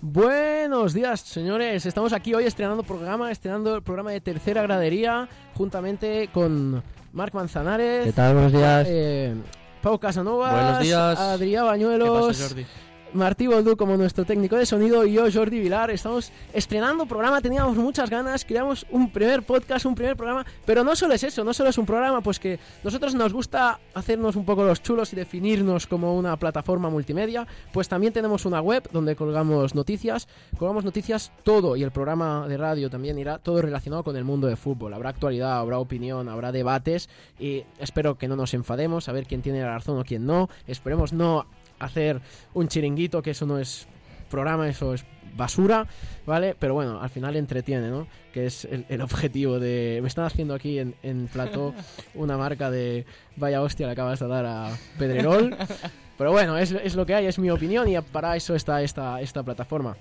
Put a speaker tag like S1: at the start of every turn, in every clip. S1: Buenos días, señores. Estamos aquí hoy estrenando programa, estrenando el programa de tercera gradería, juntamente con Marc Manzanares.
S2: ¿Qué tal? Buenos días.
S1: eh, Pau Casanova.
S3: Buenos días.
S1: Adrián Bañuelos. Martí Boldú como nuestro técnico de sonido y yo, Jordi Vilar. Estamos estrenando programa, teníamos muchas ganas, creamos un primer podcast, un primer programa, pero no solo es eso, no solo es un programa, pues que nosotros nos gusta hacernos un poco los chulos y definirnos como una plataforma multimedia, pues también tenemos una web donde colgamos noticias, colgamos noticias todo y el programa de radio también irá todo relacionado con el mundo de fútbol. Habrá actualidad, habrá opinión, habrá debates y espero que no nos enfademos, a ver quién tiene la razón o quién no. Esperemos no hacer un chiringuito, que eso no es programa, eso es basura, ¿vale? Pero bueno, al final entretiene, ¿no? Que es el, el objetivo de... Me están haciendo aquí en, en plató una marca de vaya hostia le acabas de dar a Pedrerol. Pero bueno, es, es lo que hay, es mi opinión y para eso está esta, esta plataforma.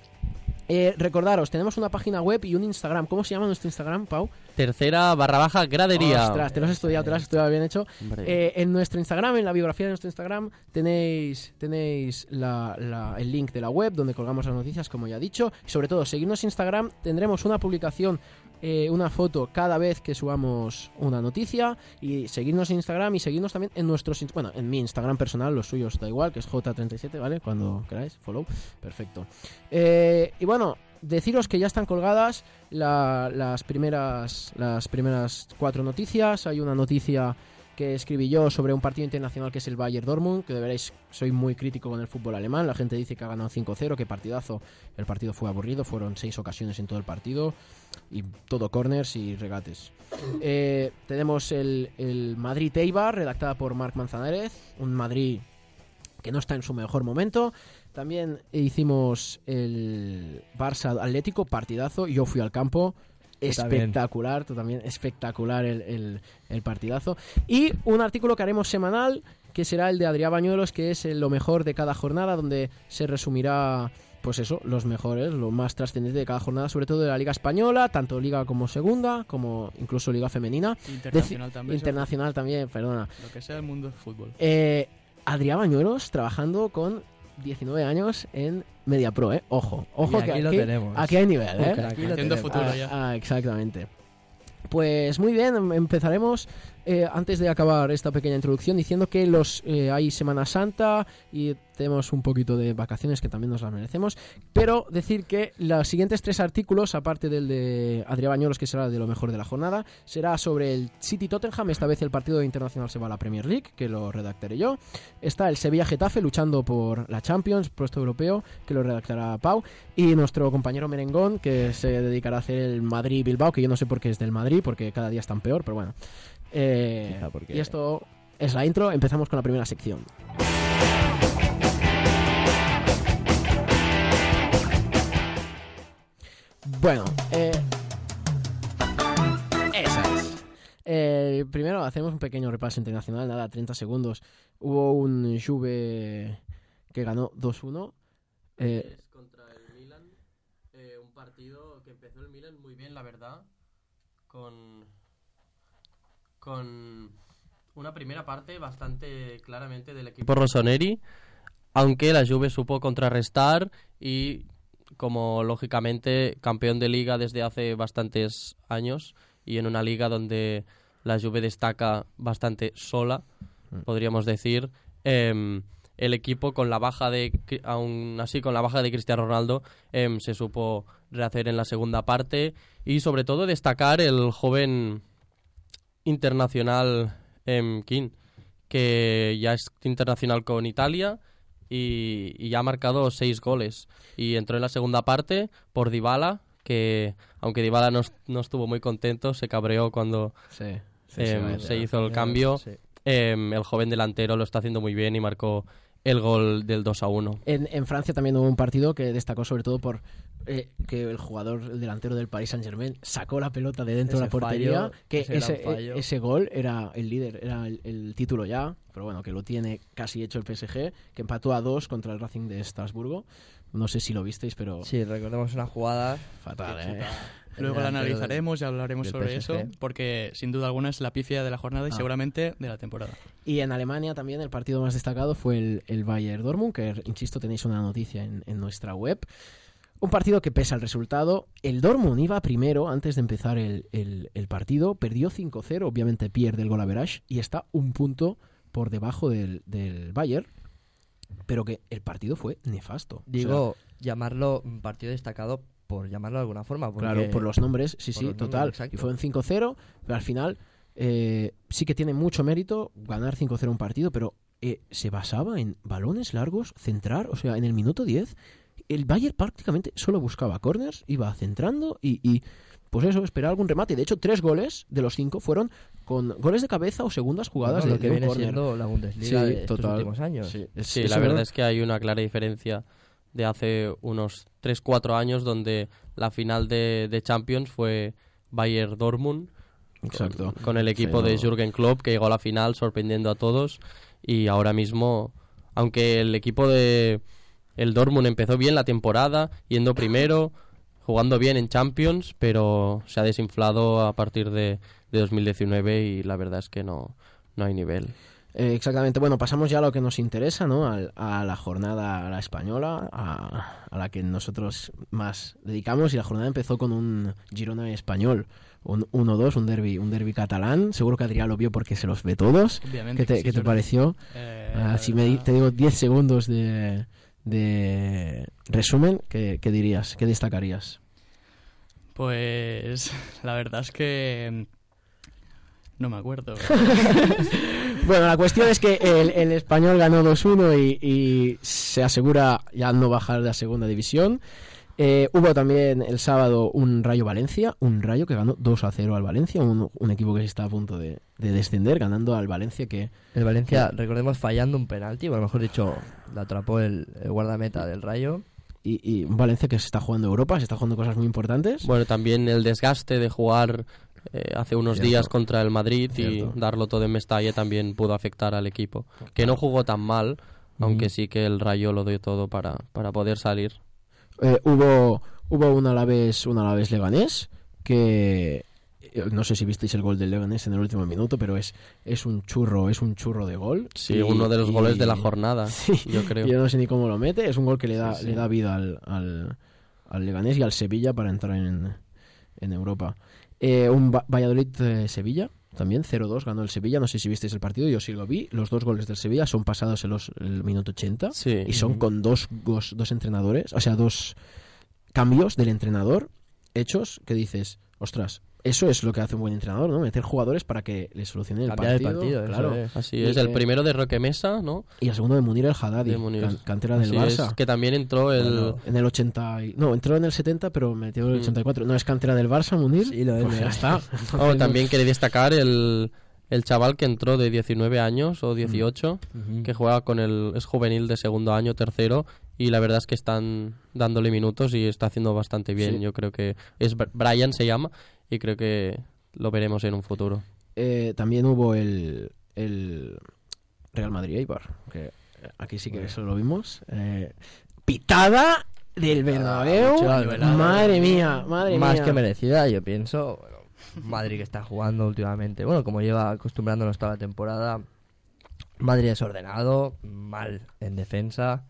S1: Eh, recordaros, tenemos una página web y un Instagram. ¿Cómo se llama nuestro Instagram, Pau?
S3: Tercera barra baja gradería.
S1: Ostras, te lo has estudiado, te lo has estudiado bien hecho.
S3: Hombre.
S1: Eh, en nuestro Instagram, en la biografía de nuestro Instagram, tenéis, tenéis la- la- el link de la web donde colgamos las noticias, como ya he dicho. Y sobre todo, seguidnos en Instagram, tendremos una publicación, eh, una foto cada vez que subamos una noticia. Y seguidnos en Instagram y seguidnos también en nuestros. ins- Bueno, en mi Instagram personal, los suyos da igual, que es J37, ¿vale? Cuando queráis, follow. Perfecto. Eh, y bueno, deciros que ya están colgadas la- las, primeras, las primeras cuatro noticias. Hay una noticia que escribí yo sobre un partido internacional que es el Bayern Dortmund, que de veréis, soy muy crítico con el fútbol alemán. La gente dice que ha ganado 5-0, que partidazo. El partido fue aburrido, fueron seis ocasiones en todo el partido y todo corners y regates. Eh, tenemos el, el Madrid Eibar, redactada por Marc Manzanares, un Madrid que no está en su mejor momento. También hicimos el Barça Atlético, partidazo. Yo fui al campo.
S2: también.
S1: Espectacular, tú también, espectacular el, el- el partidazo. Y un artículo que haremos semanal, que será el de Adrián Bañuelos, que es el lo mejor de cada jornada, donde se resumirá, pues eso, los mejores, lo más trascendente de cada jornada, sobre todo de la Liga Española, tanto Liga como Segunda, como incluso Liga Femenina.
S4: Internacional también.
S1: Internacional también, perdona.
S4: sobre Lo que sea el mundo del fútbol.
S1: Eh, Adrián Bañuelos trabajando con 19 años en Mediapro, ¿eh? Ojo, ojo
S2: Y
S1: que
S2: aquí lo tenemos.
S1: aquí hay nivel, ¿eh?
S2: Crack.
S4: Haciendo
S2: Aquí lo tenemos.
S4: futuro.
S1: Ah,
S4: ya.
S1: ah, exactamente. Pues muy bien, em- empezaremos eh, antes de acabar esta pequeña introducción diciendo que los eh, hay Semana Santa y tenemos un poquito de vacaciones que también nos las merecemos, pero decir que los siguientes tres artículos, aparte del de Adrián Bañuelos que será de lo mejor de la jornada, será sobre el City Tottenham, esta vez el partido internacional se va a la Premier League, que lo redactaré yo. Está el Sevilla Getafe luchando por la Champions, puesto europeo, que lo redactará Pau. Y nuestro compañero Merengón, que se dedicará a hacer el Madrid-Bilbao, que yo no sé por qué es del Madrid, porque cada día están peor, pero bueno. Eh,
S2: Quizá porque-
S1: Y esto es la intro, empezamos con la primera sección. Bueno, eh, esa es. Eh, primero hacemos un pequeño repaso internacional, nada, 30 segundos. Hubo un Juve que ganó 2-1. Eh,
S5: Es contra el Milan. eh, un partido que empezó el Milan muy bien, la verdad. Con. Con. Una primera parte bastante claramente del equipo.
S3: Por Rossoneri, aunque la Juve supo contrarrestar y como lógicamente campeón de liga desde hace bastantes años y en una liga donde la Juve destaca bastante sola, podríamos decir, em, el equipo con la baja de Cri- aún así con la baja de Cristiano Ronaldo em, se supo rehacer en la segunda parte y sobre todo destacar el joven internacional em, King, que ya es internacional con Italia y, y ya ha marcado seis goles. Y entró en la segunda parte por Dybala, que aunque Dybala no, est- no estuvo muy contento, se cabreó cuando
S1: Sí,
S3: em, se hizo el cambio.
S2: Sí.
S3: Em, el joven delantero lo está haciendo muy bien y marcó el gol del 2 a 1.
S1: En, en Francia también hubo un partido que destacó sobre todo por eh, que el jugador, el delantero del Paris Saint Germain, sacó la pelota de dentro de la
S2: Ese
S1: portería.
S2: fallo,
S1: que
S2: ese
S1: ese,
S2: gran
S1: eh,
S2: fallo.
S1: ese gol era el líder, era el, el título ya, pero bueno, que lo tiene casi hecho el PSG, que empató a dos contra el Racing de Estrasburgo. No sé si lo visteis, pero
S2: Sí, recordemos una jugada.
S1: fatal,
S2: Qué
S1: ¿eh?
S4: Luego la
S2: delantero del-
S4: analizaremos y hablaremos
S2: del
S4: sobre
S2: PSG.
S4: eso, porque sin duda alguna es la pifia de la jornada y
S1: Ah.
S4: seguramente de la temporada.
S1: Y en Alemania también el partido más destacado fue el, el Bayern Dortmund, que insisto tenéis una noticia en, en nuestra web. Un partido que pesa el resultado. El Dortmund iba primero antes de empezar el, el- el partido. Perdió 5-0. Obviamente pierde el gol average y está un punto por debajo del, del Bayern. Pero que el partido fue nefasto. O sea,
S2: Digo, llamarlo un partido destacado por llamarlo de alguna forma. Porque
S1: claro, por los nombres. Sí,
S2: por
S1: sí,
S2: los nombres,
S1: total.
S2: exacto.
S1: y fue un 5-0. Pero al final eh, sí que tiene mucho mérito ganar 5-0 un partido. Pero eh, se basaba en balones largos, centrar. O sea, en el minuto 10 el Bayern prácticamente solo buscaba corners, iba centrando y, y, pues eso, esperaba algún remate. De hecho, tres goles de los cinco fueron con goles de cabeza o segundas jugadas
S2: bueno,
S1: ¿eh? de,
S2: lo que
S1: de un
S2: viene
S1: córner.
S2: siendo la Bundesliga
S1: Sí,
S2: de estos
S1: total.
S2: últimos años.
S1: Es-
S3: Sí,
S1: es
S3: la
S1: una-
S3: verdad es que hay una clara diferencia de hace unos 3-4 años donde la final de, de Champions fue Bayern Dortmund
S1: Exacto.
S3: con, con el equipo
S1: Sí,
S3: de
S1: no.
S3: Jürgen Klopp que llegó a la final sorprendiendo a todos y ahora mismo aunque el equipo de el Dortmund empezó bien la temporada yendo primero jugando bien en Champions pero se ha desinflado a partir de, de 2019 y la verdad es que no no hay nivel
S1: Eh, exactamente. Bueno, pasamos ya a lo que nos interesa, ¿no? Al- A, la jornada a la española, a, a la que nosotros más dedicamos. Y la jornada empezó con un Girona español, un 1-2, un derby, un derby catalán. Seguro que Adrián lo vio porque se los ve todos.
S4: Obviamente.
S1: ¿Qué te,
S4: sí,
S1: qué te
S4: sobre-
S1: pareció?
S4: Eh,
S1: Ah,
S4: la
S1: si me di-
S4: verdad-
S1: te digo 10 segundos de, de resumen, ¿qué, qué dirías? ¿Qué destacarías?
S4: Pues la verdad es que mm, no me acuerdo.
S1: Bueno, la cuestión es que el, el español ganó 2-1 y, y se asegura ya no bajar de la segunda división. Eh, hubo también el sábado un Rayo Valencia, un Rayo que ganó 2-0 al Valencia, un, un equipo que está a punto de, de descender, ganando al Valencia que...
S2: El Valencia, recordemos, fallando un penalti, o a lo mejor dicho, la atrapó el, el guardameta del Rayo.
S1: Y, y un Valencia que se está jugando Europa, se está jugando cosas muy importantes.
S3: Bueno, también el desgaste de jugar eh, hace unos
S2: Cierto.
S3: días contra el Madrid
S1: Cierto.
S3: y darlo todo en Mestalla también pudo afectar al equipo. Que no jugó tan mal,
S1: Mm.
S3: aunque sí que el Rayo lo dio todo para, para poder salir.
S1: Eh, hubo, hubo un Alavés, un Alavés Leganés que... eh, No sé si visteis el gol del Leganés en el último minuto, pero es, es un churro, es un churro de gol.
S3: Sí,
S1: Y-
S3: uno de los
S1: y-
S3: goles de la jornada,
S1: Sí,
S3: yo creo.
S1: Yo no sé ni cómo lo mete. Es un gol que le da,
S3: Sí, sí.
S1: Le da vida al, al, al Leganés y al Sevilla para entrar en, en Europa. Eh, un Va- Valladolid-Sevilla también, 0-2 ganó el Sevilla. No sé si visteis el partido, yo sí lo vi. Los dos goles del Sevilla son pasados en los, el minuto 80
S3: Sí.
S1: y son con dos, gos- dos entrenadores, o sea, dos cambios del entrenador hechos que dices, ostras. Eso es lo que hace un buen entrenador, ¿no? Meter jugadores para que le solucionen el
S2: Cambiar
S1: partido.
S2: el partido,
S1: claro.
S2: eso es.
S3: Así
S1: Y
S3: es,
S1: que-
S3: el primero de Roque Mesa, ¿no?
S1: Y el segundo de Munir el Haddadi,
S3: De Munir.
S1: can- cantera del
S3: Así es,
S1: Barça.
S3: que también entró el... Oh,
S2: Bueno,
S1: En el 80. y- No, entró en el 70, pero metió el
S3: Mm.
S1: 84. No es cantera del Barça, Munir.
S2: Sí, lo es,
S1: Pues
S2: lo
S1: ya
S2: es.
S1: está.
S3: Oh, también quería destacar el, el chaval que entró de 19 años o
S1: Mm.
S3: 18, que juega con el es juvenil de segundo año, tercero, y la verdad es que están dándole minutos y está haciendo bastante bien.
S1: Sí.
S3: Yo creo que es Br- Brian se llama y creo que lo veremos en un futuro.
S1: Eh, también hubo el, el Real Madrid Eibar. Que eh, aquí sí que eso lo vimos. Eh, pitada del Bernabéu.
S2: Ah, mucho
S4: nivelado.
S1: madre mía, madre
S2: Más
S1: mía.
S2: que merecida, yo pienso. Bueno, Madrid que está jugando últimamente, bueno, como lleva acostumbrándonos toda la temporada. Madrid desordenado, mal en defensa.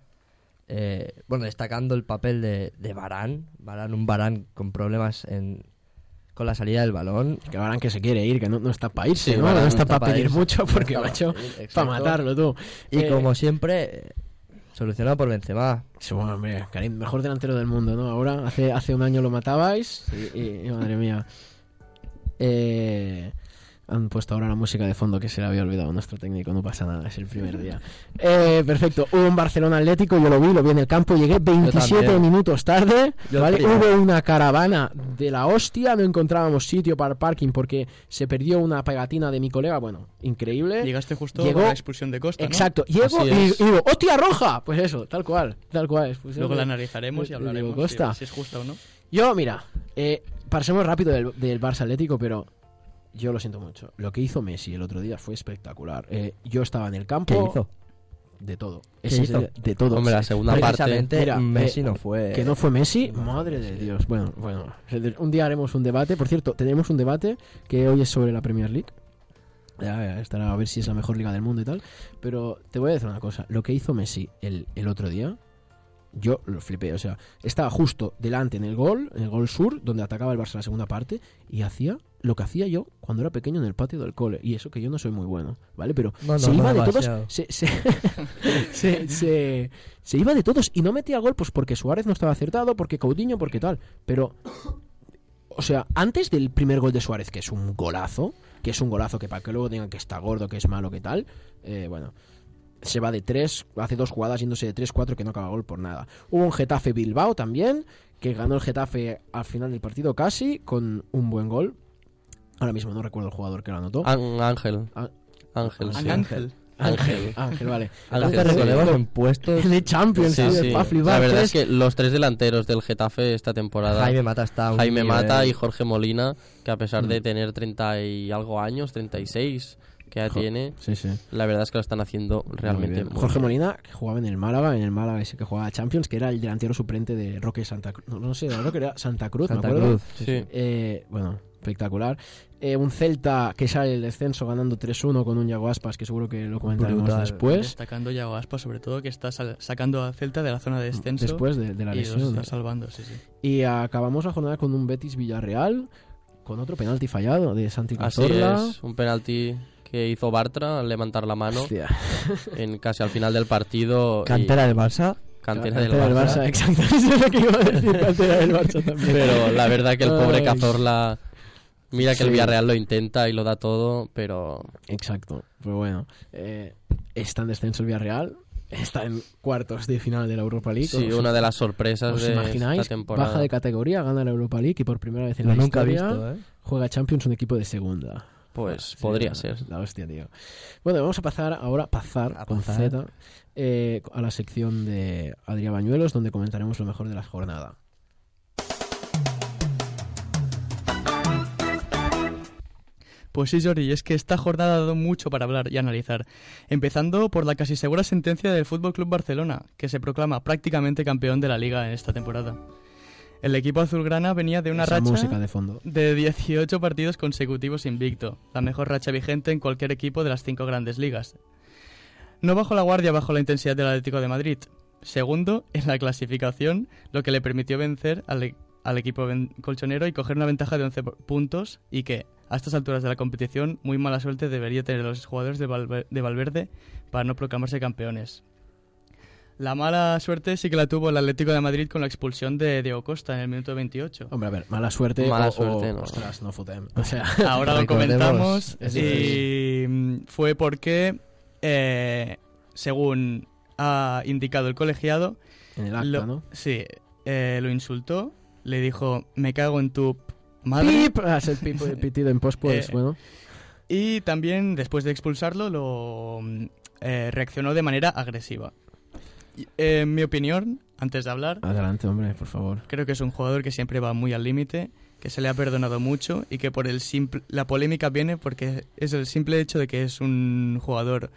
S2: Eh, bueno, destacando el papel de, de Barán. Barán, un Barán con problemas en, con la salida del balón.
S1: Que Varane que se quiere ir, que no, no está para irse,
S2: Sí,
S1: ¿no?
S2: Varane
S1: No
S2: no
S1: está, para
S2: está pa'
S1: pedir
S2: irse.
S1: mucho
S2: No
S1: porque,
S2: está pa'
S1: macho,
S2: ir,
S1: para
S2: exacto.
S1: matarlo tú.
S2: Y
S1: Eh,
S2: como siempre, eh, solucionado por Benzema.
S1: Sí, bueno, hombre, Karim, mejor delantero del mundo, ¿no? Ahora, hace, hace un año lo matabais y, y- y, madre mía. Eh, han puesto ahora la música de fondo que se le había olvidado a nuestro técnico, no pasa nada, es el primer día. Eh, perfecto, hubo un Barcelona Atlético, yo lo vi, lo vi en el campo, llegué 27
S2: también.
S1: minutos tarde,
S2: Yo
S1: ¿vale?
S2: primero.
S1: Hubo una caravana de la hostia, no encontrábamos sitio para el parking porque se perdió una pegatina de mi colega, bueno, increíble.
S4: Llegaste justo
S1: Llegó-
S4: a la expulsión de Costa, ¿no?
S1: Exacto, llego
S3: Así
S1: y,
S3: es.
S1: y digo, ¡hostia roja! Pues eso, tal cual, tal cual. pues expulsión
S4: Luego
S1: de-
S4: la analizaremos y
S1: Diego
S4: hablaremos si-
S1: Costa.
S4: si es justa o no.
S1: Yo, mira, eh, pasemos rápido del, del Barça Atlético, pero yo lo siento mucho. Lo que hizo Messi el otro día fue espectacular. Eh, yo estaba en el campo.
S2: ¿Qué hizo?
S1: De todo.
S2: ¿Qué
S1: Ese es
S2: hizo?
S1: el- de todo.
S3: Hombre, la segunda parte.
S2: Precisamente,
S1: mira,
S2: Messi
S1: eh,
S2: no fue.
S1: Que no fue
S2: eh,
S1: Messi, madre de Dios. Bueno, bueno. Un día haremos un debate. Por cierto, tenemos un debate que hoy es sobre la Premier League. Ya, ya, estará a ver si es la mejor liga del mundo y tal. Pero te voy a decir una cosa. Lo que hizo Messi el, el otro día, yo lo flipé. O sea, estaba justo delante en el gol, en el gol sur, donde atacaba el Barça la segunda parte, y hacía lo que hacía yo cuando era pequeño en el patio del cole. Y eso que yo no soy muy bueno, ¿vale? Pero
S2: No, no,
S1: se
S2: no
S1: iba de
S2: demasiado.
S1: todos. Se, se- se- se- se iba de todos y no metía gol, pues porque Suárez no estaba acertado, porque Coutinho, porque tal. Pero. O sea, antes del primer gol de Suárez, que es un golazo, que es un golazo que para que luego digan que está gordo, que es malo, que tal, eh, bueno, se va de 3, hace dos jugadas yéndose de 3-4 que no acaba gol por nada. Hubo un Getafe Bilbao también, que ganó el Getafe al final del partido casi, con un buen gol. Ahora mismo no recuerdo el jugador que lo anotó.
S3: An- Ángel.
S1: Ah.
S3: Ángel, sí.
S4: Ángel.
S1: Ángel, Ángel, vale.
S3: Ángel,
S2: Tantos
S3: sí.
S2: relevos en puestos.
S1: De Champions,
S3: Sí,
S1: tío,
S3: sí.
S1: pa' flipar.
S3: La verdad
S1: Tres-
S3: es que los tres delanteros del Getafe esta temporada,
S2: Jaime
S3: Jaime, eh.
S2: Mata está a un nivel-
S3: Mata y Jorge Molina, que a pesar de tener 30 y algo años, 36 que ya
S1: Jo-
S3: tiene,
S1: Sí, sí.
S3: la verdad es que lo están haciendo realmente
S1: Realmente.
S3: muy
S1: Jorge
S3: bien.
S1: Molina, que jugaba en el Málaga, en el Málaga ese que jugaba Champions, que era el delantero suplente de Roque Santa Cruz. No, no sé, creo que era Santa Cruz, me
S2: Santa
S1: acuerdo.
S2: Cruz.
S3: Sí.
S1: Eh, bueno, espectacular. Eh, un Celta que sale del descenso ganando 3-1 con un Yago Aspas, que seguro que lo comentaremos
S2: Brutal.
S1: después.
S4: Destacando Yago Aspas, sobre todo, que está sal- sacando a Celta de la zona de
S3: este
S4: descenso.
S1: Mm, Después de, de la
S4: y los
S1: lesión.
S4: está salvando, sí, sí.
S1: Y acabamos la jornada con un Betis Villarreal, con otro penalti fallado de Santi
S3: Así
S1: Cazorla.
S3: es, un penalti que hizo Bartra al levantar la mano
S1: Hostia.
S3: en casi al final del partido. y
S2: Cantera del Barça.
S3: cantera del
S1: Cantera del
S3: Barça.
S1: Barça, exacto. Eso es lo que iba a decir, cantera del Barça también.
S3: Pero la verdad que el pobre
S1: Ay.
S3: Cazorla, mira que el
S1: Sí.
S3: Villarreal lo intenta y lo da todo, pero
S1: Exacto, pero bueno, eh, está en descenso el Villarreal, está en cuartos de final de la Europa League.
S3: sí,
S1: ¿Os-
S3: una de las sorpresas
S1: ¿Os
S3: de
S1: imagináis?
S3: esta temporada.
S1: Baja de categoría, gana la Europa League y por primera vez en
S2: Lo
S1: la
S2: nunca he
S1: historia
S2: visto, ¿eh?
S1: juega Champions un equipo de segunda.
S3: Pues
S1: Sí,
S3: podría
S1: la-
S3: ser.
S1: La hostia, tío. Bueno, vamos a pasar ahora, pasar
S2: A
S1: con
S2: pasar.
S1: Z, eh, a la sección de Adrián Bañuelos, donde comentaremos lo mejor de la jornada.
S4: Pues sí, Jordi, es que esta jornada ha dado mucho para hablar y analizar. Empezando por la casi segura sentencia del Fútbol Club Barcelona, que se proclama prácticamente campeón de la liga en esta temporada. El equipo azulgrana venía de una
S1: Esa
S4: racha
S1: música de fondo.
S4: de 18 partidos consecutivos invicto, la mejor racha vigente en cualquier equipo de las cinco grandes ligas. No bajó la guardia bajo la intensidad del Atlético de Madrid, segundo en la clasificación, lo que le permitió vencer al, e- al equipo ven- colchonero y coger una ventaja de 11 pu- puntos y que, a estas alturas de la competición, muy mala suerte debería tener los jugadores de, Valver- de Valverde para no proclamarse campeones. La mala suerte sí que la tuvo el Atlético de Madrid con la expulsión de Diego Costa en el minuto 28.
S1: Hombre, a ver, mala suerte.
S3: Mala
S1: o- o-
S3: suerte, no.
S1: Ostras, no futem. O sea,
S4: Ahora lo
S2: Recordemos,
S4: comentamos.
S1: es
S4: Y mm, fue porque, eh, según ha indicado el colegiado,
S1: en el acta,
S4: lo,
S1: ¿no?
S4: sí, eh, lo insultó, le dijo, me cago en tu p- madre.
S1: ¡Pip! Ah, es el pip- el pitido en post, pues,
S4: Eh,
S1: bueno.
S4: Y también, después de expulsarlo, lo mm, eh, reaccionó de manera agresiva. Y, eh, en mi opinión, antes de hablar,
S1: Adelante, hombre, por favor.
S4: Creo que es un jugador que siempre va muy al límite, que se le ha perdonado mucho y que por el simple, la polémica viene porque es el simple hecho de que es un jugador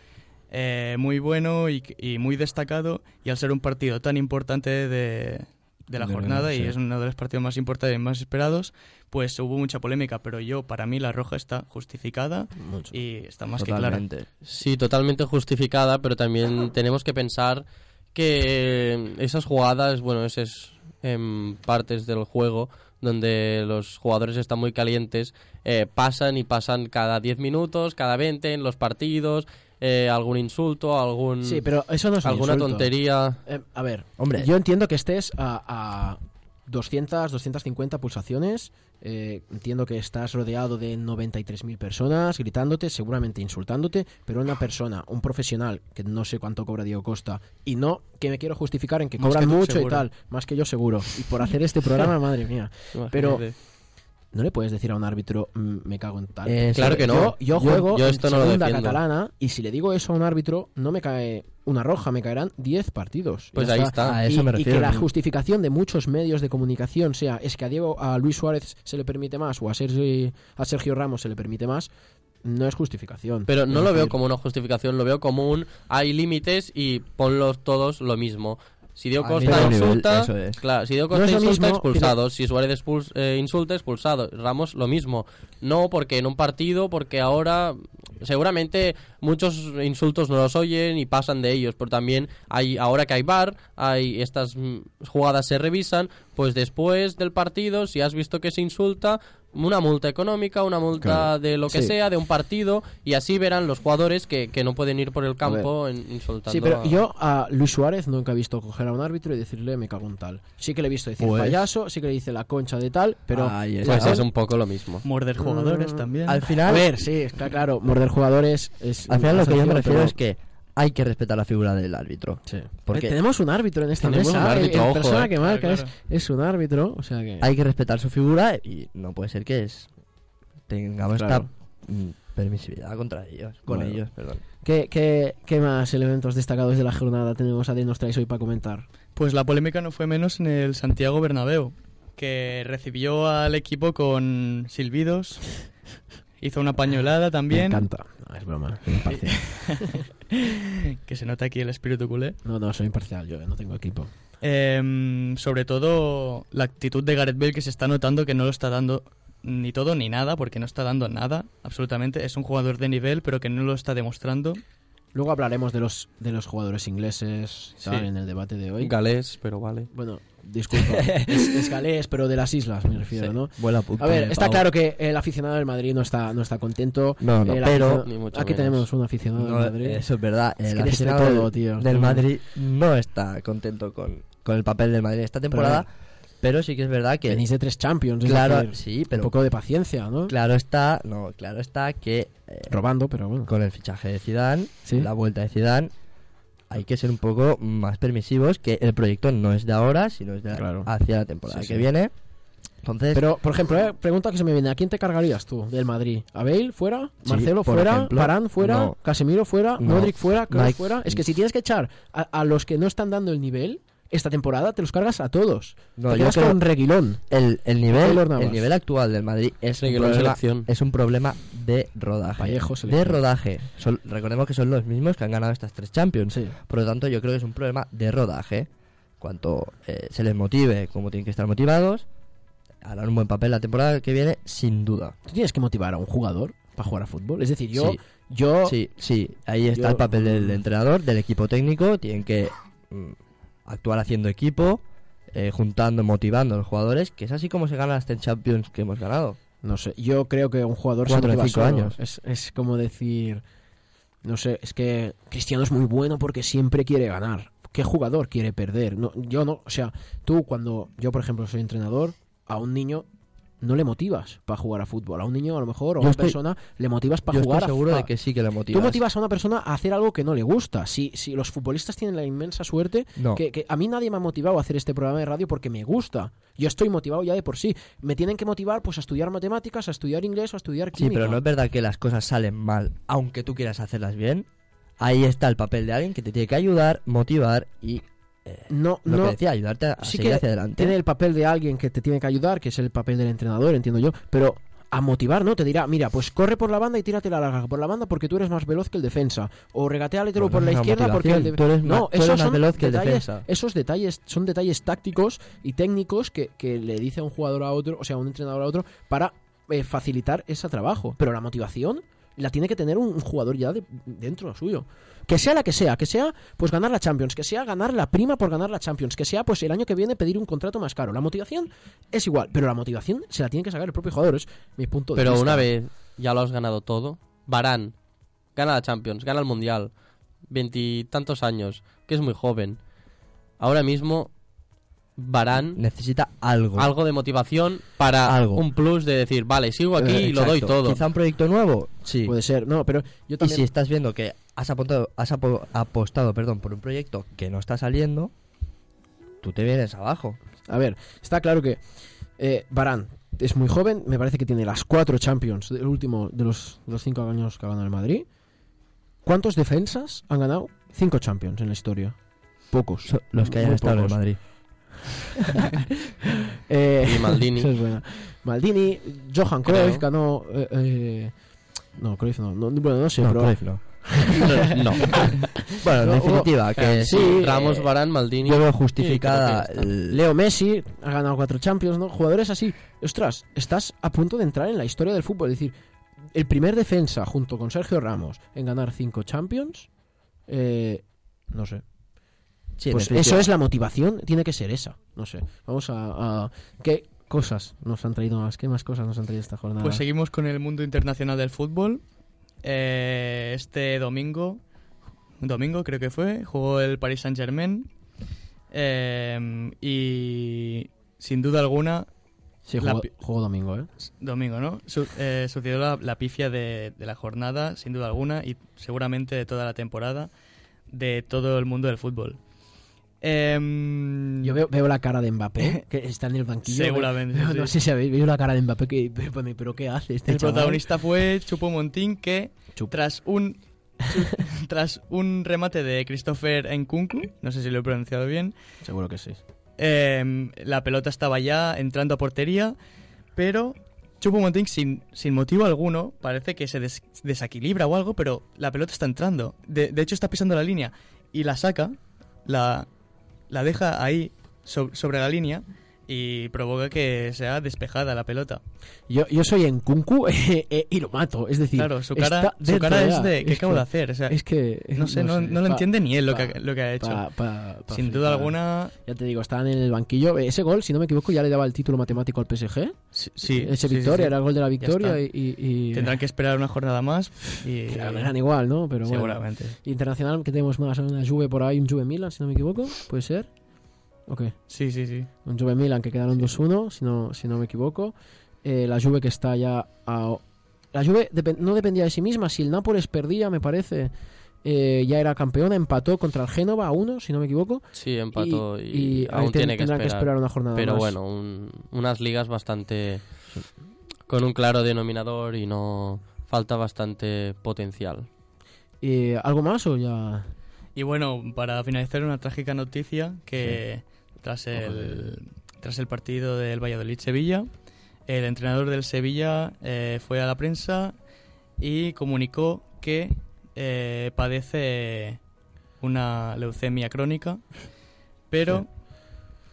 S4: eh, muy bueno y, que- y muy destacado y al ser un partido tan importante de, de la
S1: De
S4: jornada
S1: verdad,
S4: y
S1: sí.
S4: es uno de los partidos más importantes y más esperados, pues hubo mucha polémica, pero yo para mí la roja está justificada
S1: Mucho.
S4: y está más que
S2: Totalmente.
S3: Sí, totalmente justificada, pero también tenemos que pensar que eh, esas jugadas, bueno, esas em, partes del juego donde los jugadores están muy calientes, eh, pasan y pasan cada 10 minutos, cada 20 en los partidos, eh, algún insulto, algún,
S1: Sí, pero eso no es un
S3: alguna
S1: insulto.
S3: tontería.
S1: Eh, a ver,
S2: Hombre.
S1: yo entiendo que estés a, a 200, 250 pulsaciones. eh, entiendo que estás rodeado de 93.000 personas gritándote, seguramente insultándote, pero una persona, un profesional, que no sé cuánto cobra Diego Costa, y no que me quiero justificar en que
S4: Más
S1: cobran
S4: que tú,
S1: mucho y
S4: seguro.
S1: tal, más que yo seguro, y por hacer este programa, madre mía, pero
S4: clara.
S1: no le puedes decir a un árbitro, "Mm, me cago en tal.
S2: Eh,
S3: Claro que no.
S1: Yo, yo
S3: Yo-
S1: juego
S3: yo
S1: en
S3: esto no lo
S1: segunda
S3: defiendo.
S1: catalana y si le digo eso a un árbitro, no me cae una roja, me caerán 10 partidos.
S3: Pues
S1: Ya
S3: ahí
S2: Ah,
S3: está.
S2: A eso
S1: y,
S2: me
S1: y
S2: refiero.
S1: que la justificación de muchos medios de comunicación sea es que a Diego a Luis Suárez se le permite más o a Sergio, a Sergio Ramos se le permite más, no es justificación.
S3: Pero no
S1: Es
S3: lo veo
S1: decir,
S3: como una justificación, lo veo como un hay límites y ponlos todos lo mismo. Si Dio
S2: Al
S3: Costa
S2: mismo nivel,
S3: insulta,
S2: eso es.
S3: claro, si Dio
S1: No
S3: Costa
S1: es lo
S3: insulta,
S1: mismo,
S3: expulsado. Si Suárez expuls- eh, insulta, expulsado. Ramos, lo mismo. No, porque en un partido, porque ahora seguramente muchos insultos no los oyen y pasan de ellos, pero también hay ahora que hay VAR, hay estas mm, jugadas se revisan, pues después del partido, si has visto que se insulta, una multa económica, una multa
S2: Claro.
S3: de lo que
S1: Sí.
S3: sea, de un partido, y así verán los jugadores que, que no pueden ir por el campo en- insultando.
S1: Sí, pero
S3: a-
S1: yo a Luis Suárez nunca he visto coger a un árbitro y decirle me cago en tal. Sí que le he visto decir
S2: Pues-
S1: payaso, sí que le dice la concha de tal, pero...
S2: Ahí
S3: Pues
S2: está.
S3: es un poco lo mismo.
S4: Morder jugadores también.
S2: al
S1: A
S2: final,
S1: ver, sí, está claro, morder jugadores es...
S2: al final lo
S1: una
S2: que yo me
S1: sanción,
S2: refiero
S1: pero-
S2: es que hay que respetar la figura del árbitro.
S1: Sí.
S2: Porque-
S1: Eh, Tenemos un árbitro en esta
S3: Tenemos
S1: mesa.
S3: un
S1: el-
S3: árbitro,
S1: el
S3: ojo,
S1: persona
S3: eh.
S1: que
S4: Claro,
S1: marca es-
S4: claro.
S1: Es, un árbitro, o sea que...
S2: Hay que respetar su figura y no puede ser que es tengamos
S1: Claro.
S2: esta mm, permisividad contra ellos, con
S1: Bueno.
S2: ellos, perdón.
S1: ¿Qué, qué, qué más elementos destacados de la jornada tenemos a nos traéis hoy para comentar?
S4: Pues la polémica no fue menos en el Santiago Bernabéu, que recibió al equipo con silbidos, hizo una pañolada
S1: Me
S4: también,
S1: encanta. No, es broma. soy imparcial.
S4: que se nota aquí el espíritu culé.
S1: No, no, soy imparcial, yo no tengo equipo.
S4: Em, sobre todo la actitud de Gareth Bale que se está notando que no lo está dando ni todo ni nada, porque no está dando nada, absolutamente. Es un jugador de nivel, pero que no lo está demostrando.
S1: Luego hablaremos de los, de los jugadores ingleses y tal,
S4: Sí.
S1: en el debate de hoy.
S3: Galés, pero vale.
S1: bueno, disculpa, es, es galés, pero de las islas me refiero,
S2: Sí.
S1: ¿no?
S2: Vuela puta
S1: A ver,
S2: de
S1: está
S2: pavo.
S1: claro que el aficionado del Madrid no está, no está contento.
S2: No, no,
S1: El
S2: pero
S1: aficionado-
S3: Ni mucho
S1: Aquí
S3: menos.
S1: tenemos un aficionado
S2: no,
S1: del Madrid.
S2: eso es verdad.
S1: Es
S2: el
S1: que desde
S2: aficionado
S1: todo,
S2: del-
S1: tío,
S2: del,
S1: no.
S2: Madrid no está contento con, con el papel del Madrid esta temporada, pero, sí que es verdad que
S1: Venís de tres Champions, es
S2: claro,
S1: decir,
S2: sí,
S1: un
S2: pero
S1: poco de paciencia, ¿no?
S2: claro está, no, claro está que eh,
S1: Robando, pero bueno.
S2: con el fichaje de Zidane,
S1: Sí.
S2: la vuelta de Zidane, hay que ser un poco más permisivos, que el proyecto no es de ahora, sino es de
S1: Claro.
S2: hacia la temporada
S1: Sí,
S2: que
S1: sí.
S2: viene. Entonces,
S1: Pero, por ejemplo, eh, pregunta que se me viene. ¿A quién te cargarías tú del Madrid? ¿A Bale fuera?
S2: Sí,
S1: ¿Marcelo
S2: por
S1: fuera?
S2: ejemplo.
S1: ¿Barán fuera?
S2: No.
S1: ¿Casemiro fuera?
S2: No.
S1: ¿Modric fuera? ¿Kroos
S2: Mike-
S1: fuera? Es que si tienes que echar a, a los que no están dando el nivel, esta temporada te los cargas a todos.
S2: No,
S1: te
S2: yo
S1: quedas
S2: creo-
S1: con Reguilón.
S2: el, el nivel,
S1: Keylor Navas.
S2: el nivel actual del Madrid es un,
S3: Reguilón
S2: problema,
S3: selección.
S2: es un problema de rodaje.
S1: Vallejo
S2: de
S1: selección.
S2: rodaje. Son- recordemos que son los mismos que han ganado estas tres Champions. Por lo tanto, yo creo que es un problema de rodaje. Cuanto eh, se les motive, como tienen que estar motivados, harán un buen papel la temporada que viene, sin duda.
S1: Tú tienes que motivar a un jugador para jugar a fútbol. Es decir, yo...
S2: Sí.
S1: yo
S2: Sí, sí, ahí está
S1: Yo- mm.
S2: el papel del entrenador, del equipo técnico. Tienen que mm, actuar haciendo equipo, eh, juntando, motivando a los jugadores, que es así como se ganan las 10 Champions que hemos ganado.
S1: No sé, yo creo que un jugador
S2: Cuatro o
S1: se motiva
S2: cinco
S1: solo.
S2: años.
S1: Es, es como decir, no sé, es que Cristiano es muy bueno porque siempre quiere ganar. ¿Qué jugador quiere perder? No, yo no, o sea, tú cuando yo por ejemplo soy entrenador, a un niño no le motivas para jugar a fútbol, a un niño a lo mejor o a
S2: Yo
S1: una
S2: estoy-
S1: persona le motivas para
S2: Yo
S1: jugar a-
S2: estoy seguro
S1: a-
S2: de que sí que lo
S1: Tú
S2: motivas.
S1: motivas a una persona a hacer algo que no le gusta. Si, si los futbolistas tienen la inmensa suerte
S2: No.
S1: que, que a mí nadie me ha motivado a hacer este programa de radio porque me gusta. Yo estoy motivado ya de por sí. Me tienen que motivar pues a estudiar matemáticas, a estudiar inglés o a estudiar
S2: Sí,
S1: química.
S2: pero no es verdad que las cosas salen mal, aunque tú quieras hacerlas bien. Ahí está el papel de alguien que te tiene que ayudar, motivar y
S1: no,
S2: lo
S1: no
S2: que decía, ayudarte a, a
S1: Sí
S2: seguir
S1: que
S2: hacia adelante.
S1: tiene el papel de alguien que te tiene que ayudar, que es el papel del entrenador, entiendo yo, pero a motivar, ¿no? Te dirá, mira, pues corre por la banda y tírate la larga por la banda porque tú eres más veloz que el defensa. O regatealetelo
S2: Bueno,
S1: por la
S2: es una
S1: izquierda porque el
S2: motivación. Tú eres más-
S1: No,
S2: tú eres
S1: esos
S2: más
S1: son
S2: veloz que el
S1: detalles,
S2: defensa.
S1: Esos detalles son detalles tácticos y técnicos que, que le dice un jugador a otro, o sea, un entrenador a otro, para eh, facilitar ese trabajo. Pero la motivación la tiene que tener un, un jugador ya de- dentro suyo. Que sea la que sea, que sea pues ganar la Champions, que sea ganar la prima por ganar la Champions, que sea pues el año que viene pedir un contrato más caro. La motivación es igual, pero la motivación se la tiene que sacar el propio jugador, es mi punto de
S3: Pero
S1: vista.
S3: una vez ya lo has ganado todo, Barán gana la Champions, gana el Mundial, veintitantos años, que es muy joven. Ahora mismo, Barán,
S2: Necesita algo.
S3: algo de motivación para
S2: Algo.
S3: un plus de decir, vale, sigo aquí
S2: Eh,
S3: y lo doy
S2: exacto.
S3: todo.
S2: Quizá un proyecto nuevo, sí.
S1: Puede ser, no, pero yo
S2: y
S1: también...
S2: si estás viendo que has, apuntado- has apo- apostado perdón, por un proyecto que no está saliendo, tú te vienes abajo.
S1: A ver, está claro que eh, Barán es muy joven, me parece que tiene las cuatro Champions, el último de los, de los cinco años que ha ganado el Madrid. ¿Cuántos defensas han ganado? Cinco Champions en la historia. Pocos.
S2: So- los que hayan
S1: Muy
S2: estado en el
S1: pocos.
S2: Madrid.
S1: Eh,
S3: Y Maldini.
S1: esa es buena. Maldini, Johan
S3: Creo.
S1: Cruyff ganó... eh, eh, no, Cruyff no, no, Bueno, no sé,
S2: no,
S1: pero...
S2: Cruyff no.
S3: No.
S2: Bueno, en
S1: No, hubo-
S2: definitiva, que
S1: sí,
S3: Ramos,
S1: eh,
S3: Barán, Maldini.
S2: yo veo justificada
S3: creo que
S2: el-
S1: Leo Messi ha ganado cuatro Champions, ¿no? Jugadores así. Ostras, estás a punto de entrar en la historia del fútbol. Es decir, el primer defensa junto con Sergio Ramos en ganar cinco Champions, eh, no sé.
S2: sí, en
S1: pues
S2: definitiva.
S1: eso es la motivación, tiene que ser esa. No sé. Vamos a... a- ¿Qué cosas nos han traído más? ¿Qué más cosas nos han traído esta jornada?
S4: Pues seguimos con el mundo internacional del fútbol. Eh, este domingo, domingo creo que fue, jugó el Paris Saint Germain. y sin duda alguna,
S1: sí,
S4: la
S1: jugó,
S4: pi-
S1: jugó domingo, ¿eh?
S4: domingo, ¿no? Su- eh, sucedió la, la pifia de, de la jornada, sin duda alguna, y seguramente de toda la temporada, de todo el mundo del fútbol. Em,
S1: Yo veo, veo la cara de Mbappé, que está en el banquillo.
S4: Seguramente,
S1: No, no
S4: sí.
S1: sé si habéis visto la cara de Mbappé, que, pero, pero ¿qué hace este
S4: El
S1: chaval?
S4: protagonista fue Chupo Montín, que
S1: Chup.
S4: tras un chu- tras un remate de Christopher Nkunku, no sé si lo he pronunciado bien,
S1: Seguro que sí.
S4: eh, la pelota estaba ya entrando a portería, pero Chupo Montín, sin, sin motivo alguno, parece que se des- desequilibra o algo, pero la pelota está entrando. De, de hecho, está pisando la línea y la saca, la, la deja ahí so- sobre la línea y provoca que sea despejada la pelota.
S1: Yo, yo soy en Kunku eh, eh, y lo mato. Es decir,
S4: Claro, su
S1: está
S4: cara, su
S1: dentro
S4: cara
S1: ya.
S4: es de ¿qué
S1: Es
S4: acabo
S1: que-
S4: de hacer? O sea,
S1: Es que.
S4: no sé, no, no lo
S1: pa-
S4: entiende ni él lo,
S1: pa-
S4: que, lo que ha hecho.
S1: pa- pa- pa
S4: Sin duda
S1: flipar.
S4: alguna,
S1: Ya te digo, estaba en el banquillo. Eh, Ese gol, si no me equivoco, ya le daba el título matemático al PSG.
S4: sí, sí,
S1: Ese
S4: sí, sí,
S1: victoria,
S4: sí.
S1: era el gol de la victoria
S4: está.
S1: y. y, y-
S4: Tendrán que esperar una jornada más y
S1: que ganarán igual, ¿no? Pero bueno.
S4: seguramente.
S1: Internacional, que tenemos más? Una Juve por ahí, un Juve Milan, si no me equivoco. ¿Puede ser? Ok.
S4: Sí, sí, sí.
S1: Un Juve Milan que quedaron 2-1, si no, si no me equivoco. Eh, la Juve que está ya a... La Juve depen- no dependía de sí misma. Si el Nápoles perdía, me parece, eh, ya era campeona. Empató contra el Génova a uno, si no me equivoco.
S3: Sí, empató y,
S1: y ahí
S3: aún
S1: ten-
S3: tiene que
S1: tendrán
S3: esperar.
S1: que esperar una jornada
S3: Pero
S1: más.
S3: bueno, un- unas ligas bastante con un claro denominador y no falta bastante potencial.
S1: Eh, ¿Algo más o ya...?
S4: Y bueno, para finalizar, una trágica noticia que tras, el, tras el partido del Valladolid-Sevilla, el entrenador del Sevilla eh, fue a la prensa y comunicó que eh, padece una leucemia crónica, pero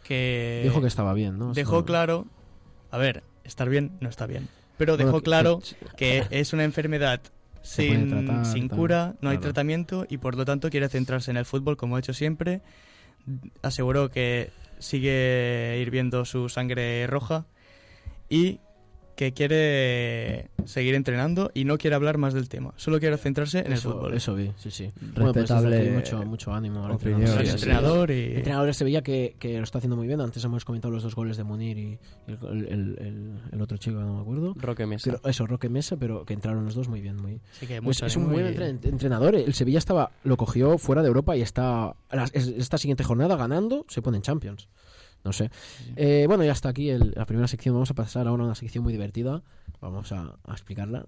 S4: que
S1: Dijo que estaba bien, ¿no?
S4: Eh, dejó
S1: Estaba-
S4: claro, a ver, estar bien no está bien, pero
S1: Bueno,
S4: dejó
S1: que-
S4: claro
S1: que-
S4: que es una enfermedad
S1: Se puede
S4: sin,
S1: tratar,
S4: sin
S1: tal.
S4: cura, no hay
S1: Claro.
S4: tratamiento y por lo tanto quiere centrarse en el fútbol como ha hecho siempre. Aseguró que sigue hirviendo su sangre roja y que quiere seguir entrenando y no quiere hablar más del tema. Solo quiere centrarse en el
S1: eso,
S4: fútbol.
S1: Eso vi, sí, sí. Bueno, pues desde
S2: Respetable
S1: aquí mucho, mucho ánimo al
S2: opinión.
S1: entrenador.
S4: Al
S2: Sí, sí, sí.
S4: entrenador y...
S1: El entrenador de Sevilla que, que lo está haciendo muy bien. Antes hemos comentado los dos goles de Munir y y el, el- el- el otro chico, no me acuerdo.
S3: Roque Mesa.
S1: Pero eso, Roque Mesa, pero que entraron los dos muy bien. Muy,
S4: Así que
S1: Pues es,
S4: mucho ¿eh?
S1: es un
S4: ánimo
S1: buen
S4: y-
S1: entren- entrenador. eh. El Sevilla estaba lo cogió fuera de Europa y está la- es- esta siguiente jornada ganando, se pone en Champions. No sé. Eh, bueno, ya está aquí el- la primera sección. Vamos a pasar ahora a una sección muy divertida. Vamos a- a explicarla.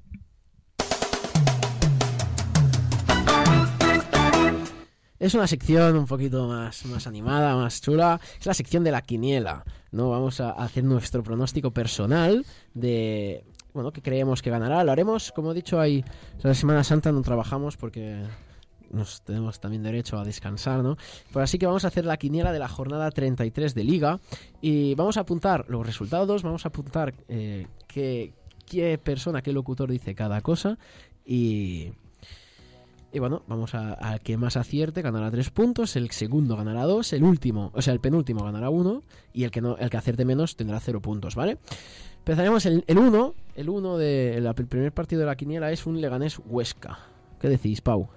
S1: Es una sección un poquito más, más animada, más chula. Es la sección de la quiniela, ¿no? Vamos a hacer nuestro pronóstico personal de, bueno, que creemos que ganará. Lo haremos, como he dicho, ahí la Semana Santa no trabajamos porque nos tenemos también derecho a descansar, ¿no? Pues así que vamos a hacer la quiniela de la jornada 33 de Liga y vamos a apuntar los resultados, vamos a apuntar eh, qué, qué persona, qué locutor dice cada cosa y... Y bueno, vamos a, al que más acierte ganará tres puntos, el segundo ganará dos, el último, o sea, el penúltimo ganará uno y el que no, el que acierte menos tendrá cero puntos, ¿vale? Empezaremos el, el uno, el uno del primer partido de la quiniela es un Leganés Huesca. ¿Qué decís, Pau?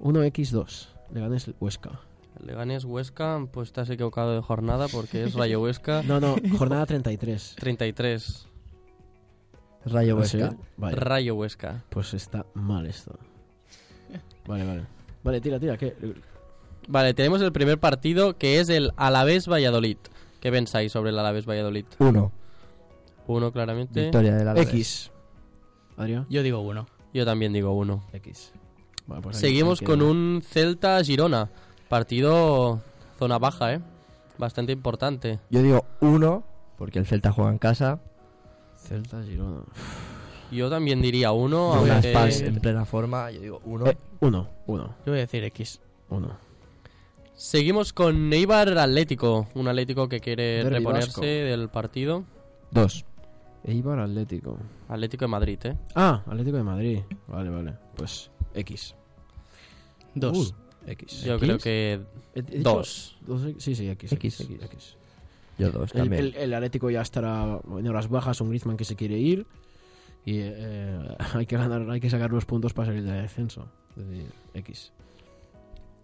S1: 1x2, Leganés Huesca.
S3: Leganés Huesca, pues estás equivocado de jornada porque es Rayo Huesca
S1: No, no, jornada 33.
S3: 33.
S2: Rayo
S1: ¿Ah, sí?
S2: Huesca.
S1: Vale.
S3: Rayo Huesca.
S1: Pues está mal esto. Vale, vale. Vale, tira, tira, que
S3: Vale, tenemos el primer partido que es el Alavés Valladolid. ¿Qué pensáis sobre el Alavés Valladolid?
S2: Uno.
S3: Uno claramente.
S2: Victoria del Alavés.
S1: X. Adrián,
S4: Yo digo uno.
S3: Yo también digo uno.
S1: X. Vale, pues ahí-
S3: Seguimos
S1: ahí
S3: con
S1: queda.
S3: un Celta Girona. Partido zona baja, ¿eh? Bastante importante.
S2: Yo digo uno, porque el Celta juega en casa.
S1: Celta Girona.
S3: Yo también diría uno,
S1: Voy a
S3: aunque-
S1: Spurs.
S2: en plena forma, yo digo uno.
S1: Eh, uno, uno,
S4: Yo voy a decir X.
S1: uno.
S3: Seguimos con Eibar Atlético, un Atlético que quiere
S1: Derbi
S3: reponerse
S1: vasco.
S3: del partido.
S1: Dos. Eibar Atlético.
S3: Atlético de Madrid, ¿eh?
S1: Ah, Atlético de Madrid. Vale, vale. Pues X.
S4: Dos.
S1: Uh, X.
S3: Yo
S1: ¿X?
S3: creo que
S1: He- he dicho
S3: dos.
S1: dos X. Sí, sí, X.
S2: X.
S1: X. X, X.
S3: Pues
S2: Yo dos
S1: El,
S2: también.
S1: el- el Atlético ya estará en horas bajas, un Griezmann que se quiere ir. Y eh, hay que ganar, hay que sacar los puntos para salir del descenso. Es decir, X.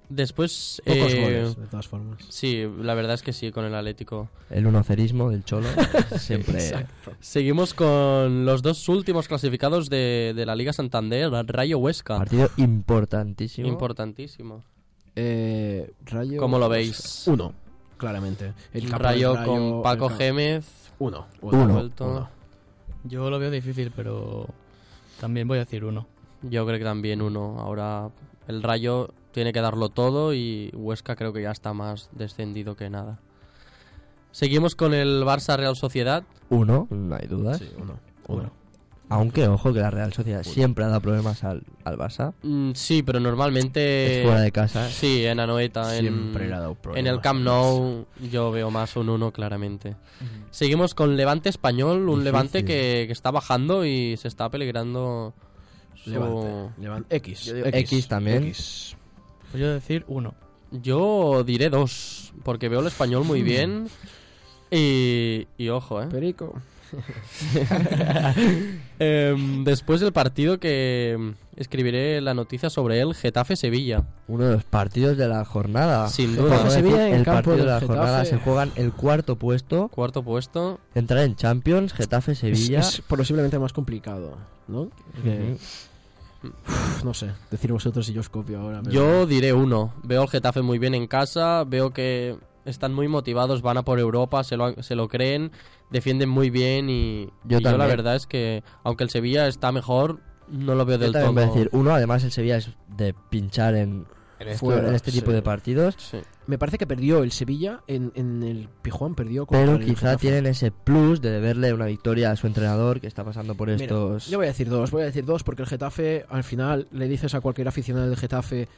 S3: Después...
S1: Pocos
S3: eh,
S1: goles, de todas formas.
S3: Sí, la verdad es que sí, con el Atlético.
S2: El unocerismo del Cholo siempre
S3: Seguimos con los dos últimos clasificados de, de la Liga Santander, Rayo Huesca.
S2: partido importantísimo.
S3: Importantísimo.
S1: Eh, Rayo.
S3: ¿Cómo lo veis?
S1: Uno, claramente. El campo
S3: Rayo,
S1: del
S3: con
S1: el
S3: Paco
S1: campo-
S3: Gémez.
S1: Uno.
S2: Uno.
S3: Vuelto.
S4: Yo lo veo difícil, pero también voy a decir uno.
S3: Yo creo que también uno. Ahora el Rayo tiene que darlo todo y Huesca creo que ya está más descendido que nada. Seguimos con el Barça Real Sociedad.
S2: Uno, no hay dudas.
S3: ¿Eh?
S1: Sí, uno.
S2: Uno. Aunque, ojo, que la Real Sociedad siempre ha dado problemas al, al Barça.
S3: Mm, sí, pero normalmente...
S1: Eh,
S2: es fuera de casa.
S3: Sí, en Anoeta, en,
S1: Siempre le ha dado
S3: en
S1: problemas.
S3: el Camp Nou yo veo más un uno claramente. Seguimos con Levante Español, un
S2: Difícil.
S3: Levante que, que está bajando y se está peligrando su...
S1: Levante. Levante. X.
S2: Yo digo X también.
S1: X.
S4: Pues yo voy a decir uno.
S3: Yo diré dos, porque veo el español muy bien. Y, y ojo, ¿eh?
S1: Perico.
S3: Em, después del partido que em, escribiré la noticia sobre él, Getafe Sevilla.
S2: Uno de los partidos de la jornada.
S3: Sin
S2: Como
S3: duda.
S2: decir,
S1: Sevilla en
S2: el
S1: campo
S2: partido de
S1: del
S2: la
S1: Getafe.
S2: jornada se juegan el cuarto puesto.
S3: Cuarto puesto.
S2: Entrar en Champions, Getafe, Sevilla.
S1: Es, es posiblemente más complicado, ¿no? Que- Uf, no sé. Decir vosotros y yo os copio ahora. pero-
S3: Yo diré uno. Veo al Getafe muy bien en casa, veo que están muy motivados, van a por Europa, se lo, se lo creen, defienden muy bien y
S2: Yo
S3: y yo la
S2: también.
S3: verdad es que, aunque el Sevilla está mejor, no lo veo
S2: Yo
S3: del
S2: también
S3: todo.
S2: voy a decir uno. Además, el Sevilla es de pinchar en,
S1: Fuera,
S2: en este
S1: sí.
S2: tipo de partidos.
S3: Sí.
S1: Me parece que perdió el Sevilla en, en el Pijuán, perdió contra
S2: Pero
S1: el
S2: quizá
S1: Getafe.
S2: tienen ese plus de deberle una victoria a su entrenador que está pasando por
S1: Mira,
S2: estos.
S1: Yo voy a decir dos, voy a decir dos porque el Getafe, al final, le dices a cualquier aficionado del Getafe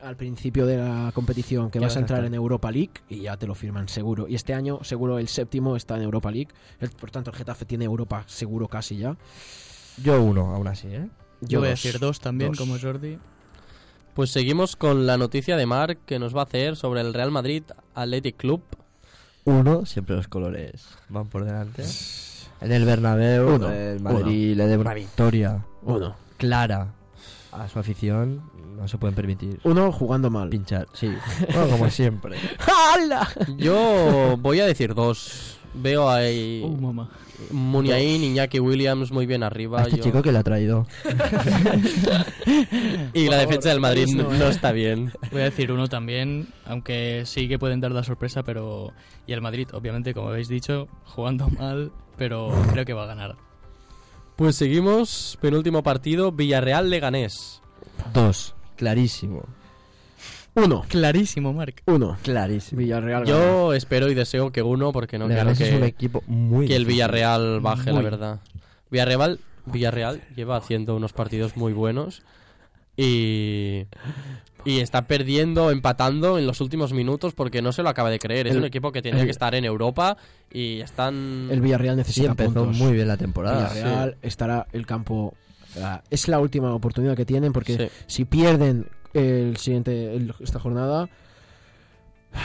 S1: al principio de la competición que
S2: Ya
S1: vas a
S2: vas a
S1: entrar
S2: estar.
S1: en Europa League y ya te lo firman seguro. Y este año, seguro, el séptimo está en Europa League. El- por tanto, el Getafe tiene Europa seguro casi ya.
S2: Yo uno, aún así, ¿eh?
S4: Yo, voy a decir dos también,
S1: Dos.
S4: como Jordi.
S3: Pues seguimos con la noticia de Marc que nos va a hacer sobre el Real Madrid Athletic Club.
S2: Uno, siempre los colores van por delante. En el Bernabéu,
S1: Uno,
S2: el Madrid le debe una victoria
S1: Uno.
S2: clara a su afición. No se pueden permitir
S1: Uno jugando mal.
S2: pinchar. Sí, bueno, como siempre.
S1: ¡Hala!
S3: Yo voy a decir dos. Veo ahí
S4: Oh, mamá.
S3: Muniain, Iñaki Williams muy bien arriba.
S2: A este
S3: yo-
S2: chico que le ha traído.
S3: Y la defensa del Madrid
S1: no,
S3: no, no está bien.
S4: Voy a decir uno también, aunque sí que pueden dar la sorpresa, pero... Y el Madrid, obviamente, como habéis dicho, jugando mal, pero creo que va a ganar.
S3: Pues seguimos, penúltimo partido, Villarreal-Leganés.
S2: Dos, clarísimo.
S1: Uno.
S4: Clarísimo, Marc.
S1: Uno.
S2: Clarísimo.
S1: Villarreal. gana.
S3: Yo espero y deseo que uno, porque no quiero
S2: Leganés es un
S3: que,
S2: equipo muy.
S3: que el
S2: difícil.
S3: Villarreal baje, la
S2: Muy.
S3: verdad. Villarreal, Villarreal lleva haciendo unos partidos muy buenos y, y está perdiendo, empatando en los últimos minutos porque no se lo acaba de creer. Es
S1: El-
S3: un equipo que tenía
S1: el-
S3: que estar en Europa y están...
S1: El Villarreal
S2: Sí,
S1: necesita
S2: empezó
S1: puntos.
S2: muy bien la
S3: Ah,
S2: temporada.
S1: Villarreal estará el campo. ah, Es la última oportunidad que tienen porque
S3: Sí.
S1: si pierden el siguiente el- esta jornada,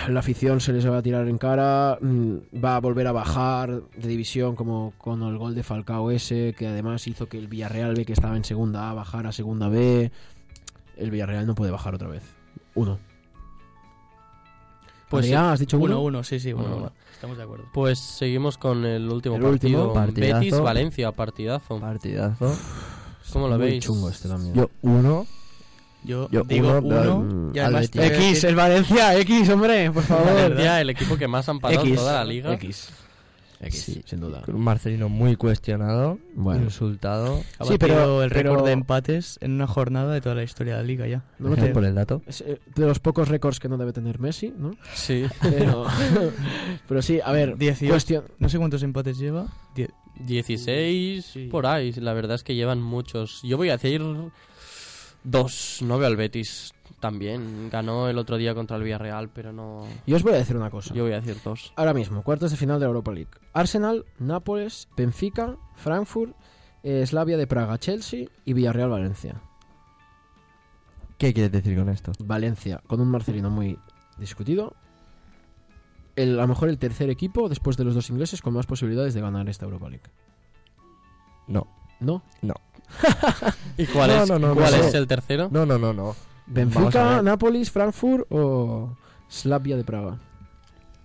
S1: la afición se les va a tirar en cara, mm, va a volver a bajar de división como con el gol de Falcao ese que además hizo que el Villarreal B que estaba en segunda A bajara a segunda B. El Villarreal no puede bajar otra vez. Uno.
S3: Pues
S1: Pues
S3: sí,
S1: has dicho uno.
S4: 1-1, sí, sí,
S3: Uno,
S4: 1-1.
S3: uno.
S4: Estamos de acuerdo.
S3: Pues seguimos con el último
S1: El
S3: partido.
S1: último,
S2: partidazo.
S3: Betis-Valencia, partidazo.
S2: Partidazo.
S3: ¿Cómo lo
S1: Muy
S3: veis?
S1: chungo este también.
S2: Yo uno.
S4: Yo,
S2: Yo
S4: digo
S2: uno, pero,
S4: 1
S2: mm,
S4: y además...
S2: al
S4: te voy a decir-
S1: el Valencia, X, hombre, por
S3: Valencia, el equipo que más han parado en
S1: X.
S3: toda la liga.
S1: X. X,
S2: Sí.
S1: sin duda.
S2: Un Marcelino muy cuestionado,
S1: Bueno.
S2: insultado.
S4: Ha
S1: Sí,
S4: sí,
S1: pero-
S4: pero el récord
S1: pero-
S4: de em- empates en una jornada de toda la historia de la liga ya.
S1: No lo
S2: Gracias
S1: te-
S2: por el dato.
S1: Es, eh, de los pocos récords que no debe tener Messi, ¿no?
S3: Sí.
S1: Pero, pero sí, a ver,
S4: 18.
S1: cuestión,
S4: No sé cuántos empates lleva. Die-
S3: 16
S4: Sí.
S3: por ahí, la verdad es que llevan muchos. Yo voy a decir dos, no veo al Betis también. Ganó el otro día contra el Villarreal, pero no...
S1: Yo os voy a decir una cosa.
S3: Yo voy a decir dos.
S1: Ahora mismo, cuartos de final de la Europa League. Arsenal, Nápoles, Benfica, Frankfurt, eh, Slavia de Praga, Chelsea y Villarreal Valencia.
S2: ¿Qué quieres decir con esto?
S1: Valencia, con un Marcelino muy discutido. El, a lo mejor el tercer equipo, después de los dos ingleses, con más posibilidades de ganar esta Europa League.
S2: No.
S1: ¿No?
S3: ¿Y cuál
S2: No,
S3: es,
S2: no, no,
S3: cuál
S2: no.
S3: es el tercero?
S2: No, no, no, no. Vamos a
S1: Benfica,
S2: ver.
S1: Nápoles, Frankfurt o Slavia de Praga.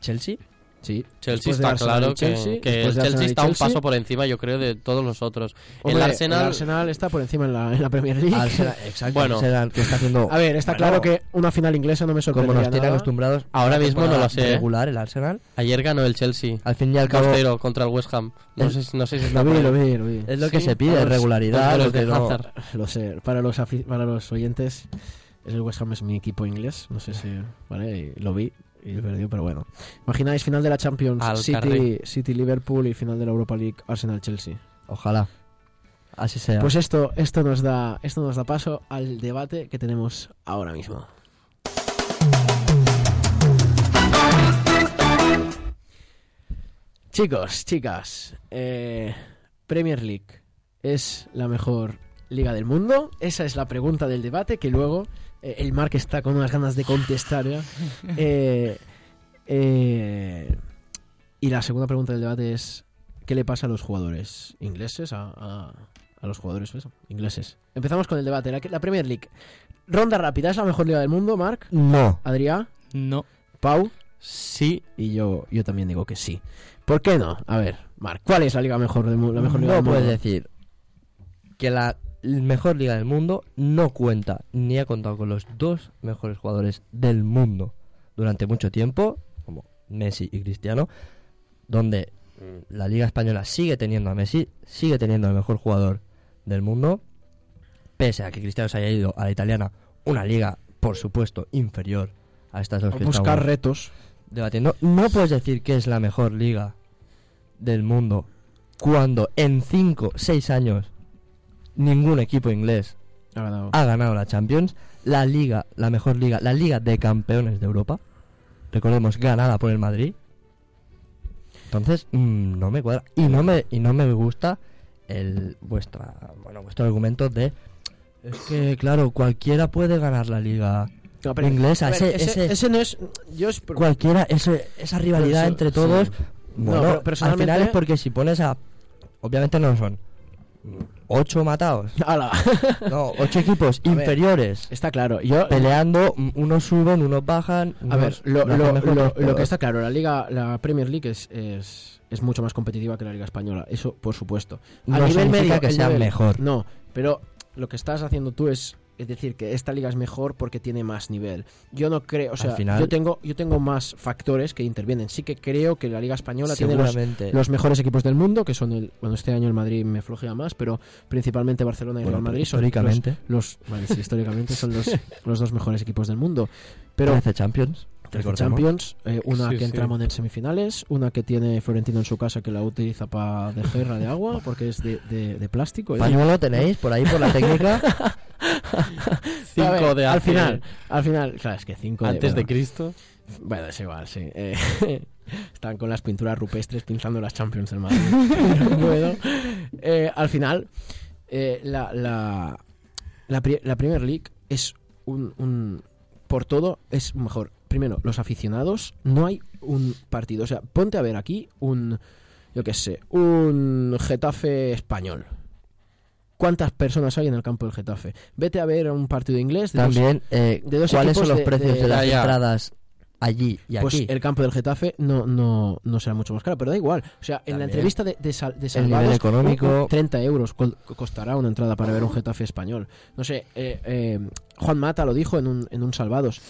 S2: ¿Chelsea?
S1: Sí.
S3: Chelsea
S1: Después de
S3: está
S1: Arsenal y
S3: claro que,
S1: Chelsea,
S3: que el
S1: después de
S3: Chelsea
S1: Arsenal y
S3: está un
S1: Chelsea.
S3: paso por encima, yo creo, de todos los otros.
S1: Hombre,
S3: el Arsenal...
S1: está por encima en la, en la Premier League.
S2: Arsenal, exacto.
S3: Bueno.
S2: Arsenal, que está haciendo...
S1: A ver, está
S2: Bueno.
S1: claro que una final inglesa no me
S2: como
S1: sorprendería
S2: nos tiene
S1: nada.
S2: acostumbrados...
S3: Ahora
S2: una
S3: mismo no
S2: temporada
S3: lo sé. ¿eh?
S2: regular el Arsenal.
S3: Ayer ganó el Chelsea.
S2: Al fin y al cabo...
S3: 2-0 contra el West Ham. No
S2: El-
S3: sé, si- no sé si está
S1: Lo vi, lo
S3: por-
S1: vi, lo vi.
S2: Es lo que
S3: Sí,
S2: se pide,
S3: los-
S2: regularidad,
S3: los
S2: lo que
S3: goles de
S2: no-
S3: Hazard.
S1: Lo sé, para los, afri- para los oyentes, el West Ham es mi equipo inglés, no sé si, ¿vale? Y lo vi y perdió, pero bueno. Imagináis final de la Champions,
S3: Al
S1: City,
S3: carré.
S1: City Liverpool y final de la Europa League, Arsenal Chelsea.
S2: Ojalá. Así sea.
S1: Pues esto, esto nos da, esto nos da paso al debate que tenemos ahora mismo. Chicos, chicas, eh, Premier League es la mejor liga del mundo. Esa es la pregunta del debate que luego eh, el Mark está con unas ganas de contestar. ¿ya? Eh, eh, y la segunda pregunta del debate es ¿qué le pasa a los jugadores ingleses? A, a- a los jugadores eso, ingleses. Empezamos con el debate. La, la Premier League. Ronda rápida. ¿Es la mejor liga del mundo, Mark?
S2: no.
S1: Adrián,
S4: No.
S1: Pau
S3: Sí,
S1: y yo, yo también digo que sí. ¿Por qué no? A ver, Mark, ¿cuál es la liga mejor del mu- la mejor liga
S2: no
S1: del mundo?
S2: puedes decir que la mejor liga del mundo no cuenta ni ha contado con los dos mejores jugadores del mundo durante mucho tiempo, como Messi y Cristiano, donde mm, la liga española sigue teniendo a Messi, sigue teniendo al mejor jugador del mundo, pese a que Cristiano se haya ido a la italiana, una liga, por supuesto, inferior a estas dos que
S1: Buscar
S2: estamos
S1: retos.
S2: debatiendo. No puedes decir que es la mejor liga del mundo cuando en 5, 6 años ningún equipo inglés
S1: Ha ganado.
S2: ha ganado la Champions, la liga, la mejor liga, la liga de campeones de Europa, recordemos ganada por el Madrid. Entonces, mm, no me cuadra y no me y no me gusta el vuestra, bueno, vuestro argumento de es que claro, cualquiera puede ganar la liga
S1: No, pero-
S2: inglesa,
S1: a ver,
S2: ese-
S1: ese,
S2: ese-
S1: ese no es. Yo es-
S2: cualquiera ese- esa rivalidad
S1: Perso-
S2: entre todos
S1: sí.
S2: bueno,
S1: No, pero
S2: al
S1: personalmente-
S2: final es porque si pones a obviamente no son ocho matados
S1: Ala.
S2: no ocho equipos
S1: A ver.
S2: inferiores
S1: Está claro. Yo,
S2: peleando m- unos suben unos bajan
S1: A
S2: unos-
S1: ver, lo,
S2: los
S1: lo-
S2: mejores
S1: lo-
S2: todos.
S1: lo que está claro, la liga, la Premier League es, es, es mucho más competitiva que la liga española, eso por supuesto.
S2: No significa que
S1: el
S2: sea
S1: nivel-
S2: mejor.
S1: No, pero lo que estás haciendo tú es, es decir que esta liga es mejor porque tiene más nivel. Yo no creo, o sea,
S2: final-
S1: yo tengo, yo tengo más factores que intervienen. Sí que creo que la liga española tiene los,
S2: seguramente
S1: los mejores equipos del mundo, que son el, bueno, este año el Madrid me flojea más, pero principalmente Barcelona y
S2: Bueno,
S1: Real Madrid
S2: pero
S1: son los-
S2: históricamente.
S1: los, vale, sí, históricamente son los, los dos mejores equipos del mundo. Pero
S2: 13 Champions
S1: Trece
S2: recordemos.
S1: Champions, eh, una
S5: Sí,
S1: que
S5: sí.
S1: entramos en semifinales, una que tiene Florentino en su casa que la utiliza para de guerra de agua porque es de, de- de plástico. ¿eh?
S2: pañuelo tenéis por ahí por la técnica
S1: A ver,
S3: cinco de
S1: al
S3: hace-
S1: final, al final, claro, es que cinco
S3: antes de
S1: bueno,
S3: Cristo.
S1: Bueno, es igual, sí. eh, están con las pinturas rupestres pintando las Champions del Madrid. Pero bueno, eh, al final, eh, la, la, la, pri- la Premier League es un, un- Por todo, es mejor. Primero, los aficionados, no hay un partido. O sea, ponte a ver aquí un. Yo qué sé, un Getafe español. ¿Cuántas personas hay en el campo del Getafe? Vete a ver un partido inglés. de dos-
S2: también eh,
S1: de dos
S2: cuáles son
S1: equipos
S2: los
S1: de-
S2: precios de,
S1: de-
S2: las
S3: Ya, ya.
S2: entradas allí y
S1: pues
S2: aquí
S1: el campo del Getafe no, no, no será mucho más caro, pero da igual. O sea, en la
S2: También.
S1: entrevista de, de, Sal- de
S2: el
S1: Salvados,
S2: nivel económico
S1: 30 euros col- costará una entrada para ver un Getafe español. No sé, eh, eh, Juan Mata lo dijo en un, en un Salvados.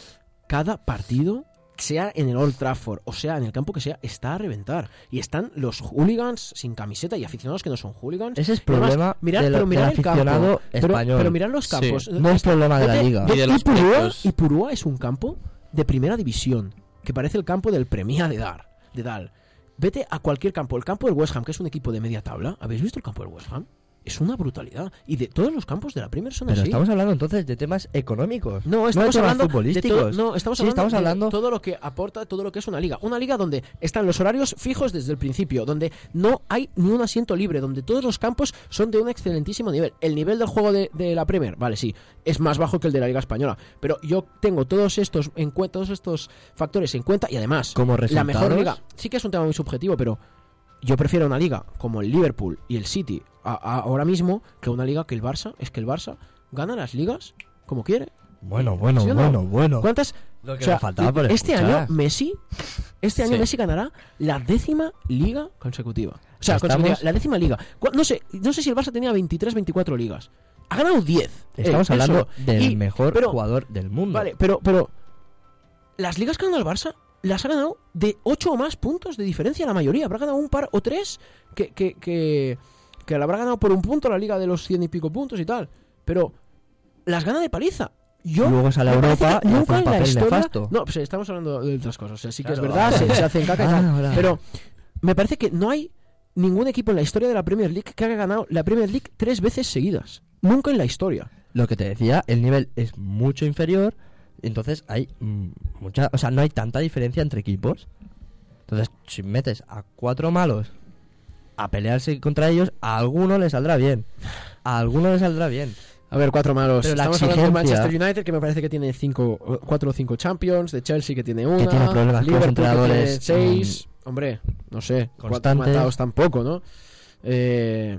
S1: Cada partido, sea en el Old Trafford o sea en el campo que sea, está a reventar. Y están los hooligans sin camiseta y aficionados que no son hooligans.
S2: ese es
S1: Y además,
S2: problema
S1: mirad-
S2: de lo-
S1: pero
S2: del
S1: mirad el campo.
S2: aficionado
S1: Pero,
S2: español
S1: pero mirad los campos.
S2: no es problema de la
S1: Vete-
S2: liga
S1: ve-
S3: Y de los
S1: Ipurúa-
S3: precios.
S1: Ipurúa es un campo de primera división, que parece el campo del Premia de Dar, de Dal. Vete a cualquier campo. El campo del West Ham, que es un equipo de media tabla. ¿Habéis visto el campo del West Ham? Es una brutalidad. Y de todos los campos de la primera son
S2: Pero
S1: así.
S2: estamos hablando entonces de temas económicos.
S1: No,
S2: de
S1: estamos
S2: temas
S1: hablando
S2: futbolísticos.
S1: De todo- no, estamos
S2: Sí,
S1: hablando,
S2: estamos
S1: de
S2: hablando-
S1: todo lo que aporta, todo lo que es una liga. Una liga donde están los horarios fijos desde el principio, donde no hay ni un asiento libre, donde todos los campos son de un excelentísimo nivel. El nivel del juego de, de la Premier, vale, sí, es más bajo que el de la Liga Española, pero yo tengo todos estos en cuenta, todos estos factores en cuenta y además
S2: Como
S1: la mejor
S2: resultados-
S1: liga. Sí que es un tema muy subjetivo, pero yo prefiero una liga como el Liverpool y el City a- a- ahora mismo que una liga que el Barça. Es que el Barça gana las ligas como quiere.
S2: Bueno, bueno,
S1: ¿Sí o no?
S2: bueno, bueno.
S1: ¿Cuántas?
S2: Lo que
S1: o sea,
S2: nos faltaba por
S1: este
S2: escuchar.
S1: año Messi, este año
S3: Sí.
S1: Messi ganará la décima liga consecutiva. O sea,
S2: Estamos-
S1: consecutiva, la décima liga. Cu- No sé, no sé si el Barça tenía 23, 24 ligas. Ha ganado 10.
S2: Estamos
S1: eh, él
S2: hablando
S1: solo.
S2: del
S1: Y-
S2: mejor
S1: pero-
S2: jugador del mundo.
S1: Vale, pero, pero las ligas que ha ganado el Barça las ha ganado de 8 o más puntos de diferencia la mayoría. Habrá ganado un par o tres que, que, que, que la habrá ganado por un punto la liga de los 100 y pico puntos y tal. Pero las gana de paliza. Yo
S2: Luego sale a
S1: me parece
S2: Europa
S1: que
S2: y hace
S1: nunca
S2: un
S1: en la
S2: papel
S1: historia-
S2: nefasto.
S1: No, pues estamos hablando de otras cosas. O sea, sí que es
S2: Claro,
S1: verdad,
S2: vale.
S1: se, se hacen caca y tal.
S2: Ah, ahora.
S1: Pero me parece que no hay ningún equipo en la historia de la Premier League que haya ganado la Premier League tres veces seguidas. Nunca en la historia.
S2: Lo que te decía, el nivel es mucho inferior. Entonces hay mm, mucha. O sea, no hay tanta diferencia entre equipos. Entonces, si metes a cuatro malos a pelearse contra ellos, a alguno le saldrá bien. A alguno le saldrá bien.
S1: A ver, cuatro malos.
S2: Pero la
S1: Estamos hablando de
S2: exigencia-
S1: Manchester United, que me parece que tiene cinco, o- cuatro o cinco Champions, de Chelsea que tiene una,
S2: tiene problemas con
S1: Liverpool
S2: los entrenadores, mm,
S1: que tiene seis, hombre, no sé, cuatro
S2: constantes.
S1: matados tampoco, ¿no? Eh,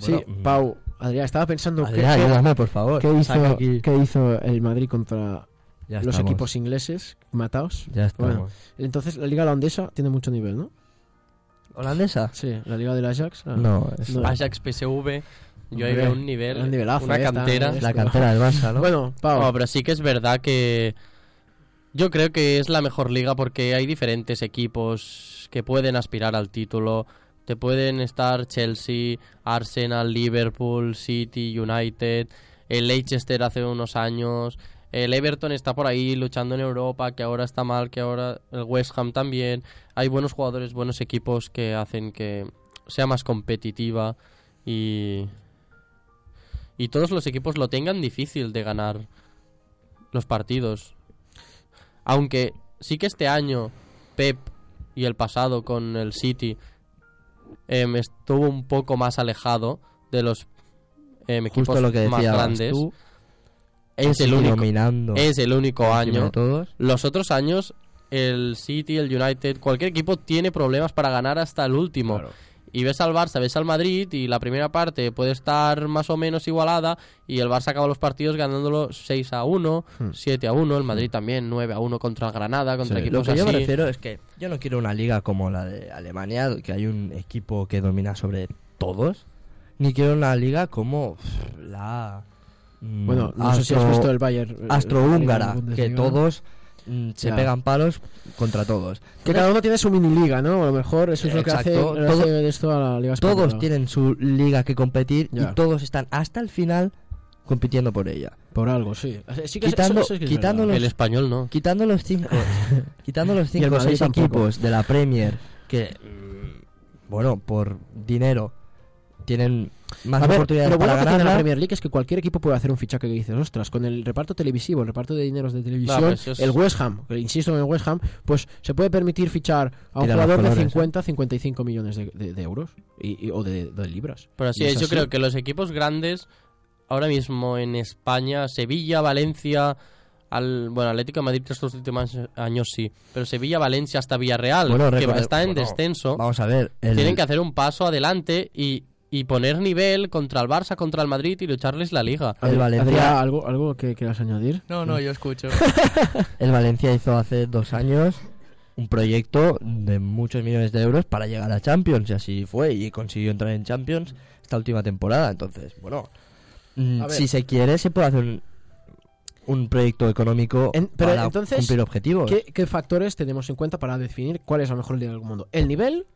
S2: Bueno,
S1: sí,
S2: mm.
S1: Pau, Adrián, estaba pensando qué-
S2: Adrián,
S1: qué-
S2: ayúdame, por favor.
S1: qué
S2: Saca
S1: hizo,
S2: aquí.
S1: qué hizo el Madrid contra
S2: Ya
S1: los
S2: estamos,
S1: equipos ingleses matados.
S2: Ya estamos.
S1: Bueno. Entonces la liga holandesa tiene mucho nivel, ¿no?
S2: ¿Holandesa?
S1: Sí, la liga del Ajax. la-
S2: No, es
S1: No.
S3: Ajax PSV, yo ahí
S1: Hombre,
S3: veo un nivel,
S1: un nivelazo,
S3: una
S1: ahí está,
S3: cantera.
S1: ahí
S2: la cantera del Barça, ¿no?
S1: Bueno, Pau.
S3: No, pero sí que es verdad que yo creo que es la mejor liga porque hay diferentes equipos que pueden aspirar al título. Te pueden estar Chelsea, Arsenal, Liverpool, City, United, el Leicester hace unos años, el Everton está por ahí luchando en Europa, que ahora está mal, que ahora el West Ham también. Hay buenos jugadores, buenos equipos que hacen que sea más competitiva y y todos los equipos lo tengan difícil de ganar los partidos. Aunque sí que este año Pep y el pasado con el City em, estuvo un poco más alejado de los em, equipos
S2: Justo lo que
S3: más
S2: decías
S3: grandes.
S2: tú.
S3: es el único
S2: Dominando
S3: es el único
S2: encima de
S3: año.
S2: todos.
S3: Los otros años el City, el United, cualquier equipo tiene problemas para ganar hasta el último y ves al Barça, ves al Madrid y la primera parte puede estar más o menos igualada y el Barça acaba los partidos ganándolo 6 a 1, 7 a 1, el Madrid también 9 a 1 contra el Granada, contra
S2: Hmm. Sí, Lo
S3: equipos
S2: que yo me
S3: así.
S2: refiero es que yo no quiero una liga como la de Alemania, que hay un equipo que domina sobre todos, ni quiero una liga como pff, la. mm,
S1: Bueno, no sé si has
S2: astro-
S1: visto el Bayern. eh, la
S2: astrohúngara,
S1: Bundesliga.
S2: que todos mm, se
S1: Ya.
S2: pegan palos contra todos.
S1: Que cada uno tiene su mini liga, ¿no? A lo mejor eso es lo que
S2: Exacto.
S1: hace, lo
S2: Todo-
S1: hace de esto a la Liga Española.
S2: Todos tienen su liga que competir
S1: Ya.
S2: y todos están hasta el final compitiendo por ella.
S1: Por algo, sí. Sí que
S2: Quitando-
S1: eso- eso sí que es
S2: quitando
S1: verdad.
S3: El español no.
S2: Quitando los cinco, quitando los
S1: Y el
S2: cinco o
S1: Madrid
S2: seis
S1: tampoco.
S2: equipos de la Premier que, mm, bueno, por dinero tienen más
S1: a ver,
S2: oportunidades
S1: lo bueno
S2: para
S1: que tiene la
S2: ganarla.
S1: Premier League es que cualquier equipo puede hacer un fichaje que dices, ostras, con el reparto televisivo, el reparto de dineros de televisión,
S3: pero eso es-
S1: el West Ham, que insisto en el West Ham, pues se puede permitir fichar a un
S2: Tira los
S1: jugador de
S2: colores,
S1: 50, 55 millones de, de- de euros y, y- o de, de libras.
S3: Pero así
S1: Y
S3: es,
S1: es
S3: yo
S1: así.
S3: creo que los equipos grandes ahora mismo en España, Sevilla, Valencia, al, bueno, Atlético de Madrid estos últimos años sí, pero Sevilla, Valencia hasta Villarreal,
S2: Bueno,
S3: que
S2: recor-
S3: está en
S2: bueno,
S3: descenso.
S2: Vamos a ver, el-
S3: Tienen que hacer un paso adelante y, y poner nivel contra el Barça, contra el Madrid y lucharles la liga.
S2: El Valencia-
S1: Adrián, Eh, ¿algo, ¿algo que quieras añadir?
S4: No, no, yo escucho.
S2: el Valencia hizo hace dos años un proyecto de muchos millones de euros para llegar a Champions y así fue y consiguió entrar en Champions esta última temporada. Entonces, bueno, mm,
S1: A ver.
S2: si se quiere se puede hacer un, un proyecto económico
S1: En- pero
S2: para
S1: entonces,
S2: cumplir objetivos.
S1: ¿Qué, qué factores tenemos en cuenta para definir cuál es la mejor liga del mundo? ¿El nivel?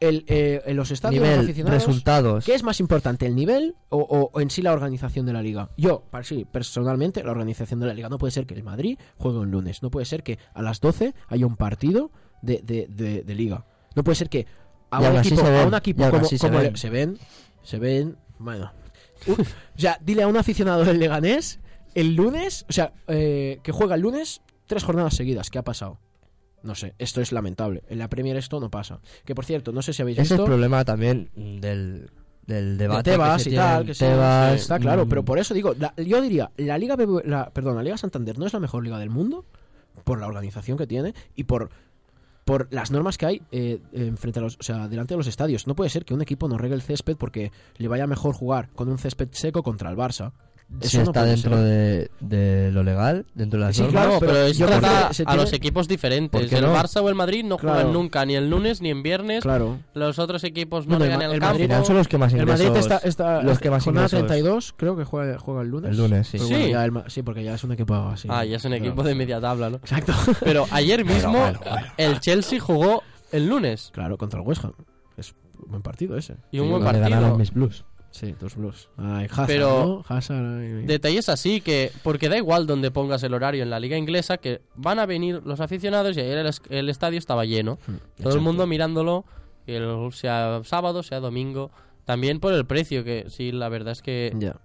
S1: El, eh, ¿Los estadios? los
S2: Nivel,
S1: aficionados?
S2: resultados.
S1: ¿Qué es más importante, el nivel o, o- o en sí la organización de la liga? Yo, para sí, personalmente, la organización de la liga. No puede ser que el Madrid juegue un lunes. No puede ser que a las 12 haya un partido de, de- de- de liga. No puede ser que a
S2: Y
S1: un
S2: aún así
S1: equipo,
S2: se
S1: a
S2: ven,
S1: un equipo
S2: y aún
S1: como,
S2: así se
S1: como
S2: ven.
S1: le- se ven, se ven, bueno. U- o sea, dile a un aficionado del Leganés el lunes, o sea, eh, que juega el lunes tres jornadas seguidas, ¿qué ha pasado? No sé, esto es lamentable. En la Premier esto no pasa. Que por cierto, no sé si habéis
S2: Ese es el
S1: visto
S2: problema también mm, del, del
S1: de
S2: debate.
S1: Tebas
S2: que se
S1: y
S2: tiene
S1: tal,
S2: en
S1: que sí,
S2: Tebas,
S1: sí, está claro,
S2: mm,
S1: pero por eso digo, la- yo diría, la Liga BBVA la, perdón, la Liga Santander no es la mejor liga del mundo por la organización que tiene y por por las normas que hay eh, en frente a los, o sea, delante de los estadios. No puede ser que un equipo no regue el césped porque le vaya mejor jugar con un césped seco contra el Barça. Eso
S2: Si
S1: no
S2: está
S1: puede
S2: dentro
S1: ser.
S2: de, de lo legal, dentro de las
S1: Sí,
S2: normas.
S1: claro,
S3: no,
S1: pero
S3: pero,
S1: yo
S3: esto
S1: creo
S3: da
S1: que se
S3: a
S1: tiene-
S3: los equipos
S2: ¿Por
S3: diferentes.
S2: qué
S3: El
S2: no?
S3: Barça o el Madrid no
S1: Claro.
S3: juegan nunca, ni el lunes ni en viernes.
S1: Claro.
S3: Los otros equipos
S1: No,
S3: no,
S1: no,
S3: le
S1: el Ma-
S3: ganan el,
S1: el
S3: campo.
S2: Al final son los que más
S1: El
S2: ingresos.
S1: Madrid está, está
S2: los que más
S1: jornada
S2: ingresos.
S1: 32, creo que juega, juega el lunes.
S2: El lunes, sí.
S1: Pero
S3: Sí.
S1: bueno, ya el ma- sí, porque ya es un equipo así.
S3: Ah, ya es un
S1: Claro.
S3: equipo de media tabla, ¿no?
S1: Exacto.
S3: Pero ayer mismo
S2: bueno, bueno.
S3: el Chelsea jugó el lunes.
S1: Claro, contra el West Ham. Es un buen partido ese.
S3: Y un
S2: Digo,
S3: buen
S2: le
S3: partido.
S2: ganaron mis blues.
S1: Sí, dos blues. Ay, Hazard,
S3: Pero-
S1: ¿no? Hazard, ay,
S3: Detalles así que, porque da igual donde pongas el horario en la liga inglesa, que van a venir los aficionados y ayer el, es- el estadio estaba lleno.
S1: Hmm,
S3: Todo
S1: exacto.
S3: el mundo mirándolo, el- sea sábado, sea domingo. También por el precio, que sí, la verdad es que
S1: Ya.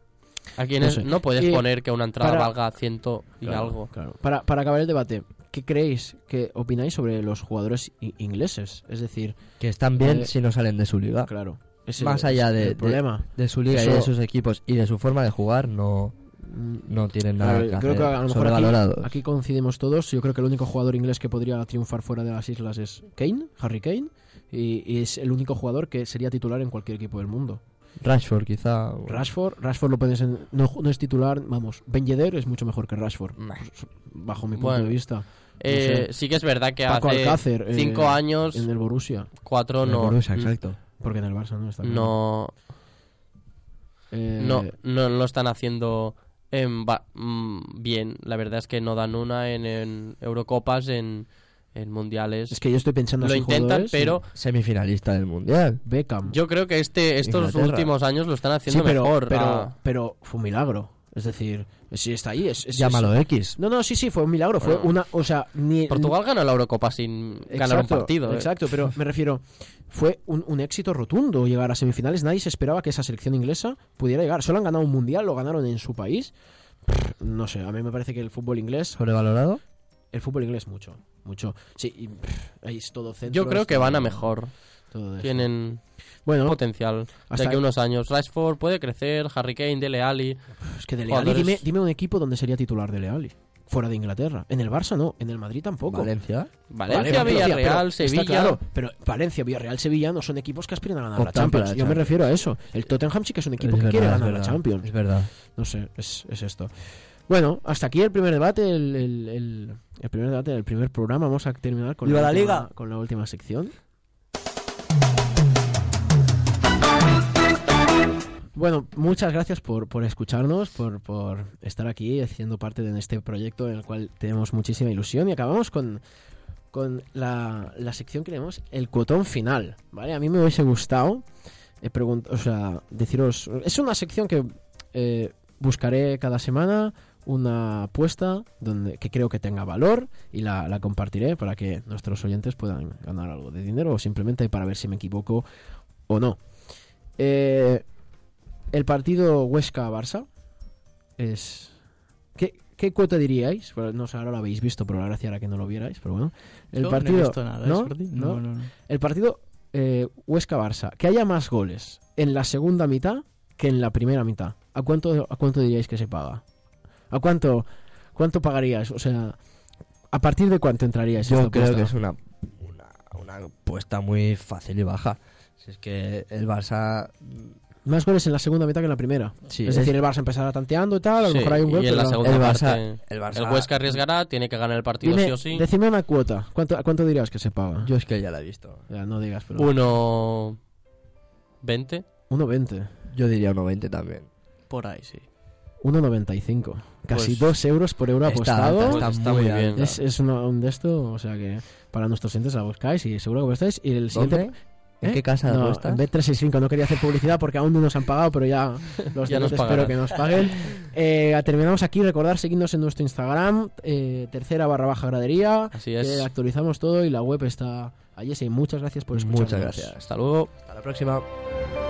S3: aquí en
S1: No
S3: es-
S1: sé.
S3: no puedes
S1: Y
S3: poner que una entrada
S1: para-
S3: valga ciento y
S1: Claro,
S3: algo.
S1: claro. Para, para acabar el debate, ¿qué creéis, qué opináis sobre los jugadores i- ingleses? Es decir,
S2: Que están bien
S1: Eh,
S2: si no salen de su
S3: Ah,
S2: liga.
S1: claro. ese
S2: Más
S1: es
S2: allá de-
S1: el
S2: de-
S1: problema.
S2: De su liga y
S1: Eso-
S2: de sus equipos y de su forma de jugar, no,
S1: Mm,
S2: no tienen nada
S1: claro,
S2: que hacer.
S1: creo que a lo mejor
S2: Sobrevalorados.
S1: aquí, aquí coincidimos todos. Yo creo que el único jugador inglés que podría triunfar fuera de las islas es Kane, Harry Kane. Y, y es el único jugador que sería titular en cualquier equipo del mundo.
S2: Rashford, quizá. o-
S1: Rashford, Rashford lo pones en- no, ju- no es titular, vamos. Ben Yedder es mucho mejor que Rashford, bajo mi punto
S3: Bueno.
S1: de vista.
S3: Eh,
S1: sé.
S3: Sí que es verdad que
S1: Paco
S3: hace
S1: Alcácer, eh,
S3: cinco años,
S1: En el Borussia,
S3: cuatro
S2: el
S3: no...
S2: Borussia,
S1: Mm.
S2: exacto.
S1: porque en el Barça no está. claro.
S3: No,
S1: Eh,
S3: no, no lo están haciendo en ba- mm, bien. La verdad es que no dan una en, en Eurocopas, en, en Mundiales.
S1: Es que yo estoy pensando
S3: lo
S1: así
S3: intentan,
S1: jugadores,
S3: pero
S2: Semifinalista del mundial.
S1: Beckham.
S3: yo creo que este estos
S2: Inglaterra.
S3: últimos años lo están
S1: sí,
S3: haciendo
S1: pero,
S3: mejor.
S1: pero,
S3: ah.
S1: pero fue un milagro. Es decir, si está ahí, es. es-
S2: Llámalo
S1: es-
S2: X.
S1: No, no, sí, sí, fue un milagro. Fue
S3: Bueno.
S1: una. O sea, ni.
S3: Portugal ganó la Eurocopa sin ganar un
S1: Exacto,
S3: partido. ¿eh?
S1: Exacto, pero me refiero, fue un, un éxito rotundo llegar a semifinales. Nadie se esperaba que esa selección inglesa pudiera llegar. Solo han ganado un mundial, lo ganaron en su país. Pff, No sé, a mí me parece que el fútbol inglés,
S2: ¿Sobrevalorado?
S1: el fútbol inglés mucho, mucho. Sí, y, pff, ahí es todo centro.
S3: Yo creo que van
S1: este
S3: a mejor. Tienen
S1: Bueno,
S3: potencial.
S1: Hasta
S3: Hasta
S1: que-
S3: que unos años. Rashford puede crecer, Harry Kane, Dele Alli.
S1: es que Dele Alli,
S3: jugadores-
S1: dime, dime un equipo donde sería titular Dele Alli. Fuera de Inglaterra. En el Barça no, en el Madrid tampoco.
S2: Valencia.
S3: Valencia,
S1: pero-
S3: Villarreal,
S1: pero-
S3: Sevilla.
S1: Está claro, pero Valencia, Villarreal, Sevilla no son equipos que aspiran a ganar la
S2: Optan para
S1: Champions. Yo
S2: la
S1: me
S2: Champions.
S1: refiero a eso. El Tottenham sí que es un equipo
S2: Es
S1: que quiere
S2: verdad, es
S1: ganar la
S2: verdad,
S1: Champions.
S2: Es verdad.
S1: No sé, es, es esto. Bueno, hasta aquí el primer debate, el, el- el- el primer debate del primer programa. Vamos a terminar con
S2: ¡Viva la
S1: última-
S2: liga!
S1: con la última sección. Bueno, muchas gracias por, por escucharnos, por, por estar aquí haciendo parte de este proyecto en el cual tenemos muchísima ilusión. Y acabamos con, con la, la sección que tenemos, el cuotón final. ¿vale? A mí me hubiese gustado eh, pregun- o sea, deciros. Es una sección que eh, buscaré cada semana una apuesta donde, que creo que tenga valor y la, la compartiré para que nuestros oyentes puedan ganar algo de dinero o simplemente para ver si me equivoco o no. Eh, el partido Huesca-Barça es... ¿Qué, qué cuota diríais? Bueno, no sé, ahora lo habéis visto, pero la gracia era que no lo vierais, pero bueno. El
S4: Yo no he
S1: partido...
S4: visto nada, ¿eh,
S1: ¿no?
S4: Jordi?
S1: ¿No?
S4: No, no, no.
S1: El partido eh, Huesca-Barça, que haya más goles en la segunda mitad que en la primera mitad. ¿A cuánto, a cuánto diríais que se paga? ¿A cuánto, cuánto pagarías? O sea, ¿a partir de cuánto entraríais? en
S2: Yo
S1: esta
S2: creo que es
S1: apuesta?
S2: una, una, una apuesta muy fácil y baja. Si es que el Barça.
S1: Más goles en la segunda mitad que en la primera.
S2: Sí,
S1: es, decir, el Barça empezará tanteando y tal, a lo
S3: Sí,
S1: mejor hay un gol,
S3: y en la
S1: pero-
S3: segunda
S2: el Barça-
S3: parte,
S2: el Barça-
S3: el Huesca arriesgará, tiene que ganar el partido
S1: Dime,
S3: sí o sí.
S1: Decime una cuota. ¿Cuánto, ¿A cuánto dirías que se paga?
S2: yo es que ya la he visto.
S1: Ya, no digas, pero...
S3: Uno... 20.
S1: 1,20.
S2: Yo diría 1.20 también.
S4: Por ahí, sí.
S1: 1,95. Casi
S3: Pues-
S1: 2 euros por euro
S2: Está,
S1: apostado.
S2: alta,
S3: Pues está muy bien.
S2: alta.
S1: Es, es una- un de esto, o sea que para nuestros entes la buscáis y seguro que lo estáis. Y el siguiente,
S2: ¿Dónde? ¿En
S1: ¿Eh?
S2: qué casa de
S1: No,
S2: apuestas?
S1: en Bet365 no quería hacer publicidad porque aún no nos han pagado, pero ya los
S3: Ya nos
S1: clientes espero
S3: pagarán.
S1: que nos paguen. Eh, terminamos aquí, recordar seguirnos en nuestro Instagram, eh, tercera barra baja gradería,
S3: Así
S1: que
S3: es.
S1: actualizamos todo y la web está allí. Sí, muchas gracias por escucharnos.
S2: Muchas gracias.
S3: Hasta luego.
S2: Hasta la próxima.